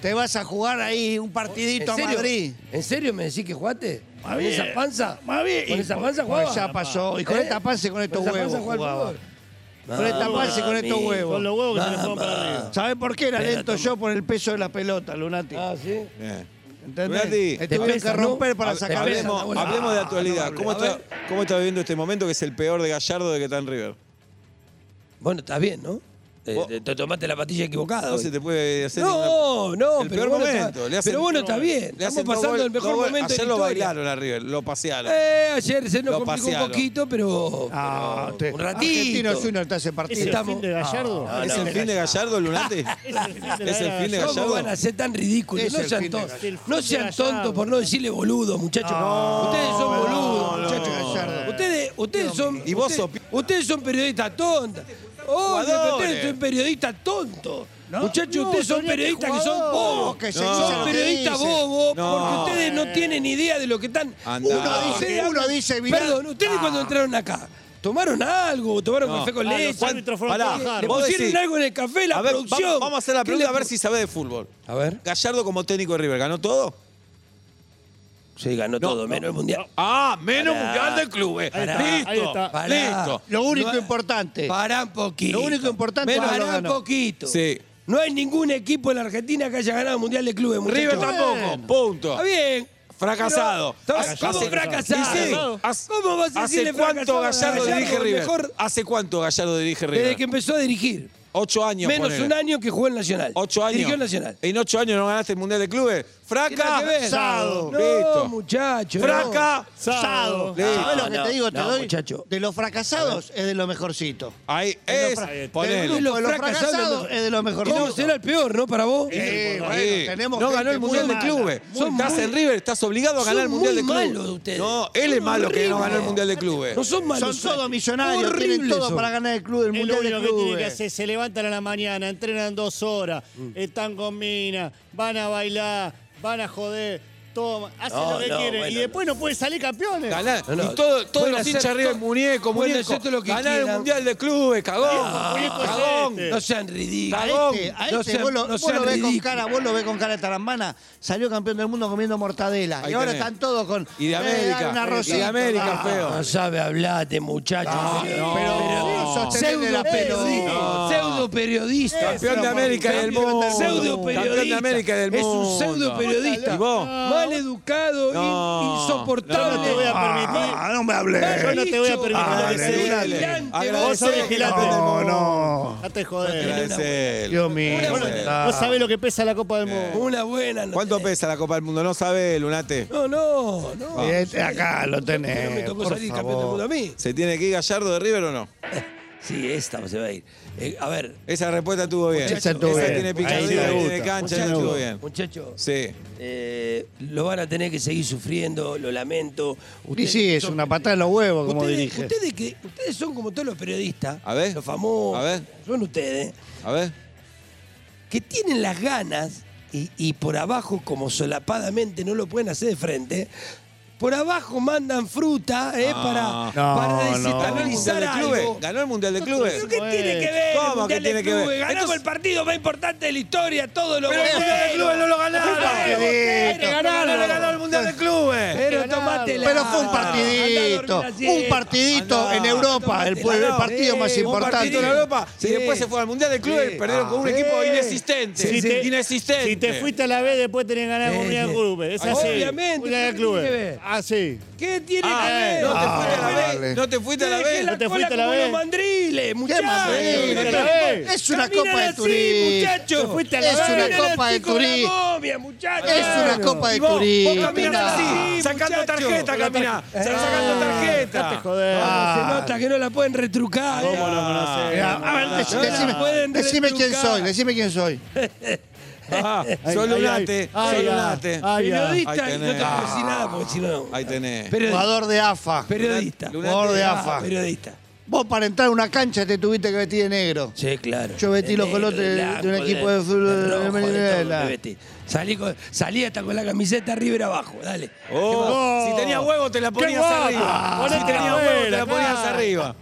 [SPEAKER 4] Te vas a jugar ahí un partidito a
[SPEAKER 5] ¿En serio?
[SPEAKER 4] Madrid.
[SPEAKER 5] ¿En serio me decís que jugaste?
[SPEAKER 4] Más
[SPEAKER 5] ¿Con
[SPEAKER 4] bien.
[SPEAKER 5] esa panza?
[SPEAKER 4] Más bien.
[SPEAKER 5] ¿Con
[SPEAKER 4] Y
[SPEAKER 5] esa
[SPEAKER 4] por-
[SPEAKER 5] panza
[SPEAKER 4] por
[SPEAKER 5] jugaba? ¿Eh?
[SPEAKER 4] esa pasó. Y con esta panza y con estos
[SPEAKER 5] esa panza
[SPEAKER 4] huevos
[SPEAKER 5] jugaba al
[SPEAKER 4] jugaba.
[SPEAKER 5] fútbol.
[SPEAKER 4] Con esta panza y con estos
[SPEAKER 5] Mami.
[SPEAKER 4] huevos.
[SPEAKER 1] Con los huevos que se le
[SPEAKER 5] Mamá.
[SPEAKER 1] pongan para arriba.
[SPEAKER 4] ¿Sabés por qué era
[SPEAKER 5] Pero
[SPEAKER 4] lento
[SPEAKER 5] toma.
[SPEAKER 4] yo? Por el peso de la pelota, Lunati.
[SPEAKER 5] Ah, ¿sí?
[SPEAKER 2] Bien.
[SPEAKER 4] ¿Entendés?
[SPEAKER 2] Lunati,
[SPEAKER 4] Me tuvieron
[SPEAKER 5] pesa,
[SPEAKER 4] que
[SPEAKER 5] ¿no?
[SPEAKER 4] romper para
[SPEAKER 5] Hab-
[SPEAKER 4] sacar
[SPEAKER 5] hablemos-
[SPEAKER 2] Hablemos, hablemos de actualidad.
[SPEAKER 5] Ah, no,
[SPEAKER 2] ¿Cómo,
[SPEAKER 5] a
[SPEAKER 2] está,
[SPEAKER 5] ver.
[SPEAKER 2] ¿Cómo está viviendo este momento que es el peor de Gallardo de que está en River?
[SPEAKER 5] Bueno, estás bien, ¿no? Eh,
[SPEAKER 2] Vos-
[SPEAKER 5] te- te tomaste la patilla equivocada.
[SPEAKER 2] No
[SPEAKER 5] hoy.
[SPEAKER 2] se te puede hacer
[SPEAKER 5] No,
[SPEAKER 2] ninguna-
[SPEAKER 5] no,
[SPEAKER 2] el
[SPEAKER 5] pero
[SPEAKER 2] peor
[SPEAKER 5] bueno,
[SPEAKER 2] momento.
[SPEAKER 5] está-
[SPEAKER 2] Le hacen-
[SPEAKER 5] pero bueno, está bien,
[SPEAKER 2] le
[SPEAKER 5] estamos
[SPEAKER 2] hacen dos
[SPEAKER 5] pasando
[SPEAKER 2] gol-
[SPEAKER 5] el mejor
[SPEAKER 2] dos gol-
[SPEAKER 5] momento de
[SPEAKER 2] Ayer
[SPEAKER 5] la
[SPEAKER 2] lo
[SPEAKER 5] historia.
[SPEAKER 2] bailaron a River, lo pasearon.
[SPEAKER 5] Eh, ayer se nos
[SPEAKER 2] Lo
[SPEAKER 5] complicó
[SPEAKER 2] pasearon.
[SPEAKER 5] un poquito, pero,
[SPEAKER 4] Ah,
[SPEAKER 5] pero
[SPEAKER 4] usted-
[SPEAKER 5] un ratito.
[SPEAKER 4] Argentino Junior está ese
[SPEAKER 1] ¿Es
[SPEAKER 4] este partido.
[SPEAKER 1] el
[SPEAKER 5] Estamos-
[SPEAKER 1] fin de Gallardo?
[SPEAKER 5] Ah,
[SPEAKER 2] ¿Es
[SPEAKER 5] no,
[SPEAKER 2] el
[SPEAKER 5] no,
[SPEAKER 2] fin de Gallardo, Lunati?
[SPEAKER 1] Es el fin de la
[SPEAKER 2] ¿Es el
[SPEAKER 1] era
[SPEAKER 2] fin de
[SPEAKER 1] Gallardo.
[SPEAKER 5] ¿Cómo
[SPEAKER 2] Gallardo?
[SPEAKER 5] van a ser tan ridículos?
[SPEAKER 4] Es
[SPEAKER 5] No
[SPEAKER 4] el
[SPEAKER 5] sean,
[SPEAKER 4] fin de
[SPEAKER 5] tontos.
[SPEAKER 1] Gallardo.
[SPEAKER 5] no
[SPEAKER 1] El fin de
[SPEAKER 5] sean tontos
[SPEAKER 1] Gallardo.
[SPEAKER 5] por no decirle boludo, muchachos. ustedes son boludos, muchachos.
[SPEAKER 4] Gallardo.
[SPEAKER 5] Ustedes, ustedes son.
[SPEAKER 2] Y vos
[SPEAKER 5] ustedes,
[SPEAKER 2] sos pi-
[SPEAKER 5] ustedes son periodistas tontos. Oh,
[SPEAKER 2] Jugadores.
[SPEAKER 5] ustedes son periodistas tontos. Muchachos,
[SPEAKER 1] No,
[SPEAKER 5] ustedes son
[SPEAKER 1] tenía que
[SPEAKER 5] periodistas que son
[SPEAKER 1] jugador.
[SPEAKER 5] bobos.
[SPEAKER 4] Que se dicen
[SPEAKER 5] Son
[SPEAKER 4] lo que
[SPEAKER 5] periodistas
[SPEAKER 4] dicen.
[SPEAKER 5] bobos
[SPEAKER 2] No.
[SPEAKER 5] porque ustedes no tienen idea de lo que están.
[SPEAKER 2] Andá.
[SPEAKER 4] Uno dice, uno dice mirá.
[SPEAKER 5] Perdón, ustedes cuando entraron acá, ¿tomaron algo? ¿Tomaron
[SPEAKER 2] Ah. No.
[SPEAKER 5] café con
[SPEAKER 1] Ah,
[SPEAKER 5] leche?
[SPEAKER 1] los árbitros fueron
[SPEAKER 2] Pará,
[SPEAKER 1] a trabajar.
[SPEAKER 5] ¿Le
[SPEAKER 2] vos
[SPEAKER 5] pusieron
[SPEAKER 2] decís-
[SPEAKER 5] algo en el café la
[SPEAKER 2] A ver,
[SPEAKER 5] producción?
[SPEAKER 2] vamos, vamos a hacer la
[SPEAKER 5] ¿Qué
[SPEAKER 2] pregunta a
[SPEAKER 5] le
[SPEAKER 2] ver
[SPEAKER 5] pu-
[SPEAKER 2] si sabe de fútbol.
[SPEAKER 5] A ver.
[SPEAKER 2] Gallardo como técnico de River, ¿ganó todo?
[SPEAKER 5] Sí, ganó todo, menos el mundial.
[SPEAKER 2] Ah, menos
[SPEAKER 5] Pará.
[SPEAKER 2] mundial eh. de clubes.
[SPEAKER 1] Ahí está,
[SPEAKER 2] Listo,
[SPEAKER 1] ahí está.
[SPEAKER 5] Pará.
[SPEAKER 2] listo.
[SPEAKER 4] Lo único
[SPEAKER 5] No-
[SPEAKER 4] importante.
[SPEAKER 5] Pará un poquito.
[SPEAKER 4] Lo único importante
[SPEAKER 5] Menos
[SPEAKER 4] es que lo
[SPEAKER 5] pará un
[SPEAKER 4] ganó.
[SPEAKER 5] poquito.
[SPEAKER 2] Sí.
[SPEAKER 5] No hay ningún equipo en la Argentina que haya ganado el mundial de clubes. muchachos.
[SPEAKER 2] River tampoco, punto.
[SPEAKER 5] Está bien.
[SPEAKER 2] Fracasado.
[SPEAKER 5] Pero-
[SPEAKER 2] Hace-
[SPEAKER 5] ¿Cómo
[SPEAKER 2] hace- Y sí,
[SPEAKER 5] fracasado?
[SPEAKER 2] hace-
[SPEAKER 5] ¿Cómo vas a
[SPEAKER 2] ¿Hace
[SPEAKER 5] decirle
[SPEAKER 2] cuánto
[SPEAKER 5] fracasado a
[SPEAKER 2] Gallardo
[SPEAKER 5] Gallardo,
[SPEAKER 2] dirige
[SPEAKER 5] el
[SPEAKER 2] River?
[SPEAKER 5] mejor-
[SPEAKER 2] ¿Hace cuánto Gallardo dirige River?
[SPEAKER 5] Desde que empezó a dirigir.
[SPEAKER 2] Ocho años,
[SPEAKER 5] Menos
[SPEAKER 2] ponele.
[SPEAKER 5] un año que jugó en Nacional.
[SPEAKER 2] Ocho años. Eh,
[SPEAKER 5] Dirigió en Nacional.
[SPEAKER 2] En ocho años no ganaste el Mundial de Clubes. Fracasado.
[SPEAKER 5] No,
[SPEAKER 2] Listo.
[SPEAKER 5] muchacho. no.
[SPEAKER 2] Fracasado.
[SPEAKER 4] Sado.
[SPEAKER 2] Listo.
[SPEAKER 1] Ah,
[SPEAKER 4] ¿Sabés lo que
[SPEAKER 5] no,
[SPEAKER 4] te digo? Te
[SPEAKER 5] no,
[SPEAKER 4] doy.
[SPEAKER 5] muchacho.
[SPEAKER 4] De los fracasados es de lo mejorcito.
[SPEAKER 2] Ahí es.
[SPEAKER 1] fra-
[SPEAKER 4] Del
[SPEAKER 2] Ponele.
[SPEAKER 4] grupo de los
[SPEAKER 5] fracasados
[SPEAKER 4] fracasados
[SPEAKER 5] no-
[SPEAKER 4] es de lo
[SPEAKER 5] ¿Cómo
[SPEAKER 4] mejorcito.
[SPEAKER 5] será el peor, no, para vos?
[SPEAKER 4] Sí, bueno,
[SPEAKER 2] Sí.
[SPEAKER 4] tenemos
[SPEAKER 2] no
[SPEAKER 4] gente
[SPEAKER 2] ganó el
[SPEAKER 4] muy
[SPEAKER 2] Mundial de
[SPEAKER 4] mala.
[SPEAKER 2] Clubes.
[SPEAKER 5] Son
[SPEAKER 2] Estás
[SPEAKER 5] muy-
[SPEAKER 2] en River, estás obligado a
[SPEAKER 5] son
[SPEAKER 2] ganar el Mundial de
[SPEAKER 5] muy
[SPEAKER 2] Clubes.
[SPEAKER 5] malos ustedes.
[SPEAKER 2] No, él
[SPEAKER 5] Son
[SPEAKER 2] es malo que no
[SPEAKER 5] horribles.
[SPEAKER 2] ganó el Mundial de Clubes.
[SPEAKER 5] No son malos.
[SPEAKER 4] Son todos
[SPEAKER 5] ustedes.
[SPEAKER 4] millonarios, tienen
[SPEAKER 5] Horribles
[SPEAKER 4] todo
[SPEAKER 5] son.
[SPEAKER 4] para ganar el club del
[SPEAKER 1] Es lo
[SPEAKER 4] Mundial
[SPEAKER 1] único
[SPEAKER 4] de
[SPEAKER 1] que tienen que
[SPEAKER 4] Clubes.
[SPEAKER 1] hacer. Se levantan a la mañana, entrenan dos horas, están con mina, van a bailar, van a joder, toman, hacen
[SPEAKER 5] No,
[SPEAKER 1] lo que
[SPEAKER 5] no,
[SPEAKER 1] quieren.
[SPEAKER 5] bueno,
[SPEAKER 1] y después no pueden salir campeones.
[SPEAKER 2] Ganar.
[SPEAKER 5] No, no.
[SPEAKER 2] Y todo- todos
[SPEAKER 5] Pueden
[SPEAKER 2] los
[SPEAKER 5] hacer
[SPEAKER 2] hinchas de River,
[SPEAKER 5] to-
[SPEAKER 2] muñeco,
[SPEAKER 5] pueden
[SPEAKER 2] muñeco.
[SPEAKER 5] hacer todo lo que
[SPEAKER 2] ganar el
[SPEAKER 5] quieran.
[SPEAKER 2] Mundial de Clubes, cagón.
[SPEAKER 5] Ah,
[SPEAKER 1] Muñeco es
[SPEAKER 2] cagón.
[SPEAKER 1] este.
[SPEAKER 5] No sean ridículos.
[SPEAKER 4] A
[SPEAKER 2] Cagón.
[SPEAKER 4] este, a
[SPEAKER 5] No
[SPEAKER 4] este,
[SPEAKER 5] sean-
[SPEAKER 4] vos lo,
[SPEAKER 5] no
[SPEAKER 4] vos
[SPEAKER 5] sean
[SPEAKER 4] lo ves con
[SPEAKER 5] ridículos.
[SPEAKER 4] cara, vos lo ves con cara de tarambana, salió campeón del mundo comiendo mortadela.
[SPEAKER 2] Ahí
[SPEAKER 4] y ahora
[SPEAKER 2] tenés.
[SPEAKER 4] están todos con.
[SPEAKER 2] Y de
[SPEAKER 4] eh, dale un
[SPEAKER 2] América.
[SPEAKER 4] arrocito,
[SPEAKER 2] y de América,
[SPEAKER 4] dale.
[SPEAKER 2] feo.
[SPEAKER 5] No sabe hablarte, muchacho.
[SPEAKER 2] no.
[SPEAKER 4] Pero, no sostenerle
[SPEAKER 5] Pseudo
[SPEAKER 4] la
[SPEAKER 5] periodista.
[SPEAKER 4] pelota.
[SPEAKER 5] Pseudo periodista.
[SPEAKER 2] Campeón de América y del
[SPEAKER 5] Campeón-
[SPEAKER 2] mundo.
[SPEAKER 5] Pseudo periodista.
[SPEAKER 2] Campeón de América y del mundo.
[SPEAKER 5] Es un pseudo periodista.
[SPEAKER 2] ¿Y vos?
[SPEAKER 5] Mal educado,
[SPEAKER 2] No.
[SPEAKER 5] in- insoportable.
[SPEAKER 1] Yo no te voy a permitir.
[SPEAKER 6] Ah, no me hablé.
[SPEAKER 1] Yo no te voy a permitir
[SPEAKER 6] Ah,
[SPEAKER 1] que se
[SPEAKER 6] dale,
[SPEAKER 1] vigile.
[SPEAKER 5] dale.
[SPEAKER 1] Vos sos
[SPEAKER 2] Agradecele.
[SPEAKER 1] vigilante.
[SPEAKER 6] No, no.
[SPEAKER 1] Date de joder.
[SPEAKER 2] Agradecele.
[SPEAKER 6] Dios mío.
[SPEAKER 1] Vos sabés lo que pesa la Copa del Mundo.
[SPEAKER 5] Una buena. no
[SPEAKER 2] ¿Cuánto
[SPEAKER 5] tenés.
[SPEAKER 2] pesa la Copa del Mundo? No sabe, Lunate.
[SPEAKER 5] No, no, no.
[SPEAKER 6] Y este acá lo
[SPEAKER 5] Pero me
[SPEAKER 6] tenés.
[SPEAKER 5] tocó
[SPEAKER 6] Por
[SPEAKER 5] salir campeón del mundo a
[SPEAKER 6] favor.
[SPEAKER 5] mí.
[SPEAKER 2] ¿Se tiene que ir Gallardo de River o no?
[SPEAKER 5] Sí, esta se va a ir. Eh, a ver,
[SPEAKER 2] Esa respuesta estuvo bien.
[SPEAKER 5] Muchacho,
[SPEAKER 2] Esa
[SPEAKER 5] estuvo bien.
[SPEAKER 2] tiene
[SPEAKER 5] Ahí
[SPEAKER 2] picardía,
[SPEAKER 5] sí me
[SPEAKER 2] tiene
[SPEAKER 1] gusta.
[SPEAKER 2] cancha,
[SPEAKER 1] Muchacho.
[SPEAKER 2] estuvo bien.
[SPEAKER 5] muchachos.
[SPEAKER 2] Sí.
[SPEAKER 5] Eh, lo van a tener que seguir sufriendo, lo lamento.
[SPEAKER 4] Y sí, es
[SPEAKER 5] son-
[SPEAKER 4] una patada en los huevos, como
[SPEAKER 5] ustedes,
[SPEAKER 4] dirige.
[SPEAKER 5] Ustedes, que, ustedes son como todos los periodistas,
[SPEAKER 2] A ver,
[SPEAKER 5] los famosos,
[SPEAKER 2] a ver.
[SPEAKER 5] son ustedes,
[SPEAKER 2] A ver.
[SPEAKER 5] que tienen las ganas y, y por abajo, como solapadamente no lo pueden hacer de frente, por abajo mandan fruta eh,
[SPEAKER 2] Ah,
[SPEAKER 5] para,
[SPEAKER 4] no,
[SPEAKER 5] para
[SPEAKER 4] no.
[SPEAKER 2] ¿Ganó el Mundial
[SPEAKER 5] desestabilizar
[SPEAKER 2] de
[SPEAKER 5] algo.
[SPEAKER 2] Clubes? ¿Ganó el Mundial de Clubes?
[SPEAKER 5] ¿Pero qué tiene que ver?
[SPEAKER 2] ¿Cómo
[SPEAKER 5] el Mundial
[SPEAKER 2] que tiene
[SPEAKER 5] de
[SPEAKER 2] que ver?
[SPEAKER 5] Clubes? Ganamos
[SPEAKER 2] Entonces-
[SPEAKER 5] el partido más importante de la historia, todo lo
[SPEAKER 2] Pero el Mundial de Clubes no lo ganaron.
[SPEAKER 5] ganamos.
[SPEAKER 2] No le ganó el Mundial de resumen.
[SPEAKER 5] Pero tomátela.
[SPEAKER 4] Pero fue un
[SPEAKER 5] Andá a
[SPEAKER 4] partidito,
[SPEAKER 5] dormir ayer.
[SPEAKER 4] un partidito
[SPEAKER 2] Andá,
[SPEAKER 4] en Europa,
[SPEAKER 2] tomate
[SPEAKER 4] el,
[SPEAKER 2] la
[SPEAKER 4] pueblo- el
[SPEAKER 2] nada. Sí,
[SPEAKER 4] partido más
[SPEAKER 2] Un partido en
[SPEAKER 4] importante.
[SPEAKER 2] Europa.
[SPEAKER 5] Sí.
[SPEAKER 2] Y después se fue al Mundial de Clubes.
[SPEAKER 5] Sí.
[SPEAKER 2] Perdieron con un
[SPEAKER 5] Ah.
[SPEAKER 2] equipo
[SPEAKER 5] Sí.
[SPEAKER 2] inexistente.
[SPEAKER 1] Si te,
[SPEAKER 2] inexistente.
[SPEAKER 1] si te fuiste a la B, después tenés que ganar con Unidad
[SPEAKER 5] sí.
[SPEAKER 1] Clubes. Es así. Unidad
[SPEAKER 5] Obviamente, ¿qué tiene que
[SPEAKER 1] Clubes. Ah,
[SPEAKER 5] ver?
[SPEAKER 1] Así.
[SPEAKER 5] ¿Qué tiene
[SPEAKER 2] Ah,
[SPEAKER 5] que ver?
[SPEAKER 2] no te
[SPEAKER 4] Ah,
[SPEAKER 2] fuiste a la vez.
[SPEAKER 4] vale.
[SPEAKER 2] No te fuiste a la
[SPEAKER 5] Te dejé
[SPEAKER 2] vez.
[SPEAKER 5] la
[SPEAKER 1] No te
[SPEAKER 5] cola
[SPEAKER 1] fuiste a la
[SPEAKER 5] como
[SPEAKER 1] vez.
[SPEAKER 5] los mandriles, muchachos.
[SPEAKER 4] mandriles?
[SPEAKER 5] No te-
[SPEAKER 1] Pero-
[SPEAKER 4] Es una
[SPEAKER 5] Caminan
[SPEAKER 4] copa de
[SPEAKER 5] así,
[SPEAKER 4] turismo.
[SPEAKER 5] muchacho.
[SPEAKER 1] Te fuiste a la
[SPEAKER 4] Es
[SPEAKER 1] vez.
[SPEAKER 4] una
[SPEAKER 5] Caminan
[SPEAKER 4] copa
[SPEAKER 5] así
[SPEAKER 4] de
[SPEAKER 5] con la
[SPEAKER 4] turismo.
[SPEAKER 5] momia, muchacho.
[SPEAKER 4] Es una copa de turismo.
[SPEAKER 2] Vos caminás así, sacando tarjeta, caminá. Sacando
[SPEAKER 1] Dejate
[SPEAKER 2] tarjeta.
[SPEAKER 1] joder.
[SPEAKER 5] Se nota que no la pueden retrucar. Ah. ¿Cómo no
[SPEAKER 4] Mirá, Eh,
[SPEAKER 1] Ah,
[SPEAKER 4] a ver, dec-
[SPEAKER 5] No la
[SPEAKER 4] decime,
[SPEAKER 5] pueden
[SPEAKER 4] decime quién
[SPEAKER 5] retrucar.
[SPEAKER 4] soy, decime quién soy.
[SPEAKER 2] Ah,
[SPEAKER 1] Ay,
[SPEAKER 2] Solo un
[SPEAKER 1] ay, ay.
[SPEAKER 2] late,
[SPEAKER 1] Ay,
[SPEAKER 2] solo un
[SPEAKER 1] ay.
[SPEAKER 2] late.
[SPEAKER 1] Ay, ay.
[SPEAKER 5] Periodista,
[SPEAKER 2] Ahí
[SPEAKER 5] y no te
[SPEAKER 2] tenés.
[SPEAKER 5] puedo decir nada porque si no.
[SPEAKER 2] Ahí tenés.
[SPEAKER 5] Periodista.
[SPEAKER 4] Jugador de AFA.
[SPEAKER 5] Periodista.
[SPEAKER 2] Lunati.
[SPEAKER 4] Jugador de
[SPEAKER 2] Ah,
[SPEAKER 4] AFA.
[SPEAKER 5] Periodista.
[SPEAKER 4] Vos para entrar a una cancha te tuviste que vestir de negro.
[SPEAKER 5] Sí, claro.
[SPEAKER 4] Yo vestí
[SPEAKER 5] De
[SPEAKER 4] los
[SPEAKER 5] negro,
[SPEAKER 4] colotes de,
[SPEAKER 5] blanco,
[SPEAKER 4] un equipo de fútbol
[SPEAKER 5] de
[SPEAKER 4] de
[SPEAKER 5] rojo, de todo,
[SPEAKER 4] Venezuela.
[SPEAKER 5] me vestí. Salí, con- salí hasta con la camiseta River abajo, dale.
[SPEAKER 2] Oh,
[SPEAKER 1] No.
[SPEAKER 2] si tenía huevo te la
[SPEAKER 1] Qué
[SPEAKER 2] ponías
[SPEAKER 1] guapo. Ah,
[SPEAKER 2] arriba.
[SPEAKER 1] Ponete
[SPEAKER 2] Si tenía
[SPEAKER 1] la
[SPEAKER 2] huevo te la
[SPEAKER 1] vela,
[SPEAKER 2] ponías
[SPEAKER 1] claro.
[SPEAKER 2] arriba.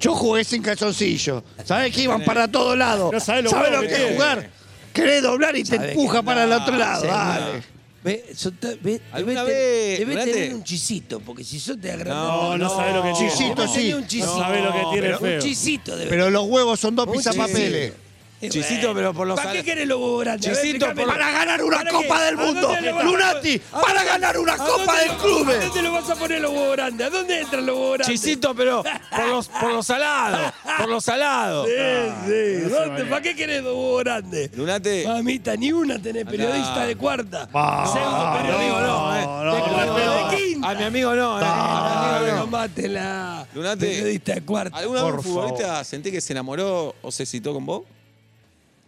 [SPEAKER 4] Yo jugué sin calzoncillo. Sabés que iban para todos lados.
[SPEAKER 1] No sabés
[SPEAKER 4] sabés
[SPEAKER 1] lo
[SPEAKER 4] lo,
[SPEAKER 1] bueno
[SPEAKER 4] que
[SPEAKER 1] que
[SPEAKER 4] es
[SPEAKER 1] tiene.
[SPEAKER 4] jugar. Querés doblar y te
[SPEAKER 5] Sabés
[SPEAKER 4] empuja
[SPEAKER 5] que-
[SPEAKER 4] para el
[SPEAKER 5] no,
[SPEAKER 4] otro lado.
[SPEAKER 5] seguro.
[SPEAKER 4] Dale.
[SPEAKER 5] Ve, so- te- ve- debe
[SPEAKER 2] ¿Alguna
[SPEAKER 5] te-
[SPEAKER 2] vez,
[SPEAKER 5] debe
[SPEAKER 2] Lunati?
[SPEAKER 5] tener un chisito, porque si yo te agrandás...
[SPEAKER 1] No, no sabés lo que tiene.
[SPEAKER 4] Chisito,
[SPEAKER 5] Debe
[SPEAKER 4] sí.
[SPEAKER 5] tener un chisito.
[SPEAKER 1] No sabés lo que tiene
[SPEAKER 5] Pero
[SPEAKER 1] feo.
[SPEAKER 5] Un chisito debe
[SPEAKER 4] Pero los huevos son dos
[SPEAKER 5] Un
[SPEAKER 4] pizapapeles.
[SPEAKER 5] chisito.
[SPEAKER 2] Chisito, pero por los
[SPEAKER 5] ¿Para qué
[SPEAKER 2] al-
[SPEAKER 5] querés los huevos grandes? A ver,
[SPEAKER 2] Chisito,
[SPEAKER 5] explícame.
[SPEAKER 2] por-
[SPEAKER 4] Para ganar una
[SPEAKER 5] ¿Para
[SPEAKER 4] Copa
[SPEAKER 5] qué?
[SPEAKER 4] del
[SPEAKER 5] ¿A dónde
[SPEAKER 4] Mundo.
[SPEAKER 5] le vas a-
[SPEAKER 4] Lunati,
[SPEAKER 5] ¿A dónde-
[SPEAKER 4] para ganar una
[SPEAKER 5] ¿A
[SPEAKER 4] Copa
[SPEAKER 5] dónde
[SPEAKER 4] del
[SPEAKER 5] lo-
[SPEAKER 4] Club.
[SPEAKER 5] ¿A dónde le vas a poner los huevos grandes? ¿A dónde entran los huevos grandes?
[SPEAKER 2] Chisito, pero por los, por los salados. Por los salados.
[SPEAKER 5] Sí, sí. ¿Dónde? ¿Para qué querés dos huevos grandes?
[SPEAKER 2] Lunate.
[SPEAKER 1] Ah,
[SPEAKER 5] Mamita, ni una tenés periodista de cuarta.
[SPEAKER 4] Ah,
[SPEAKER 5] Pseudo periodista.
[SPEAKER 2] no,
[SPEAKER 5] ¿eh?
[SPEAKER 2] no,
[SPEAKER 5] de
[SPEAKER 2] no,
[SPEAKER 5] cuarta,
[SPEAKER 2] no.
[SPEAKER 5] de quinta.
[SPEAKER 2] Ah, A mi amigo no, eh. A
[SPEAKER 5] Ah,
[SPEAKER 2] mi amigo
[SPEAKER 5] no
[SPEAKER 2] no.
[SPEAKER 5] mátela.
[SPEAKER 2] Lunate.
[SPEAKER 5] Periodista de cuarta.
[SPEAKER 2] ¿Alguna vez un
[SPEAKER 4] Por
[SPEAKER 2] futbolista sentí que se enamoró o se citó con vos?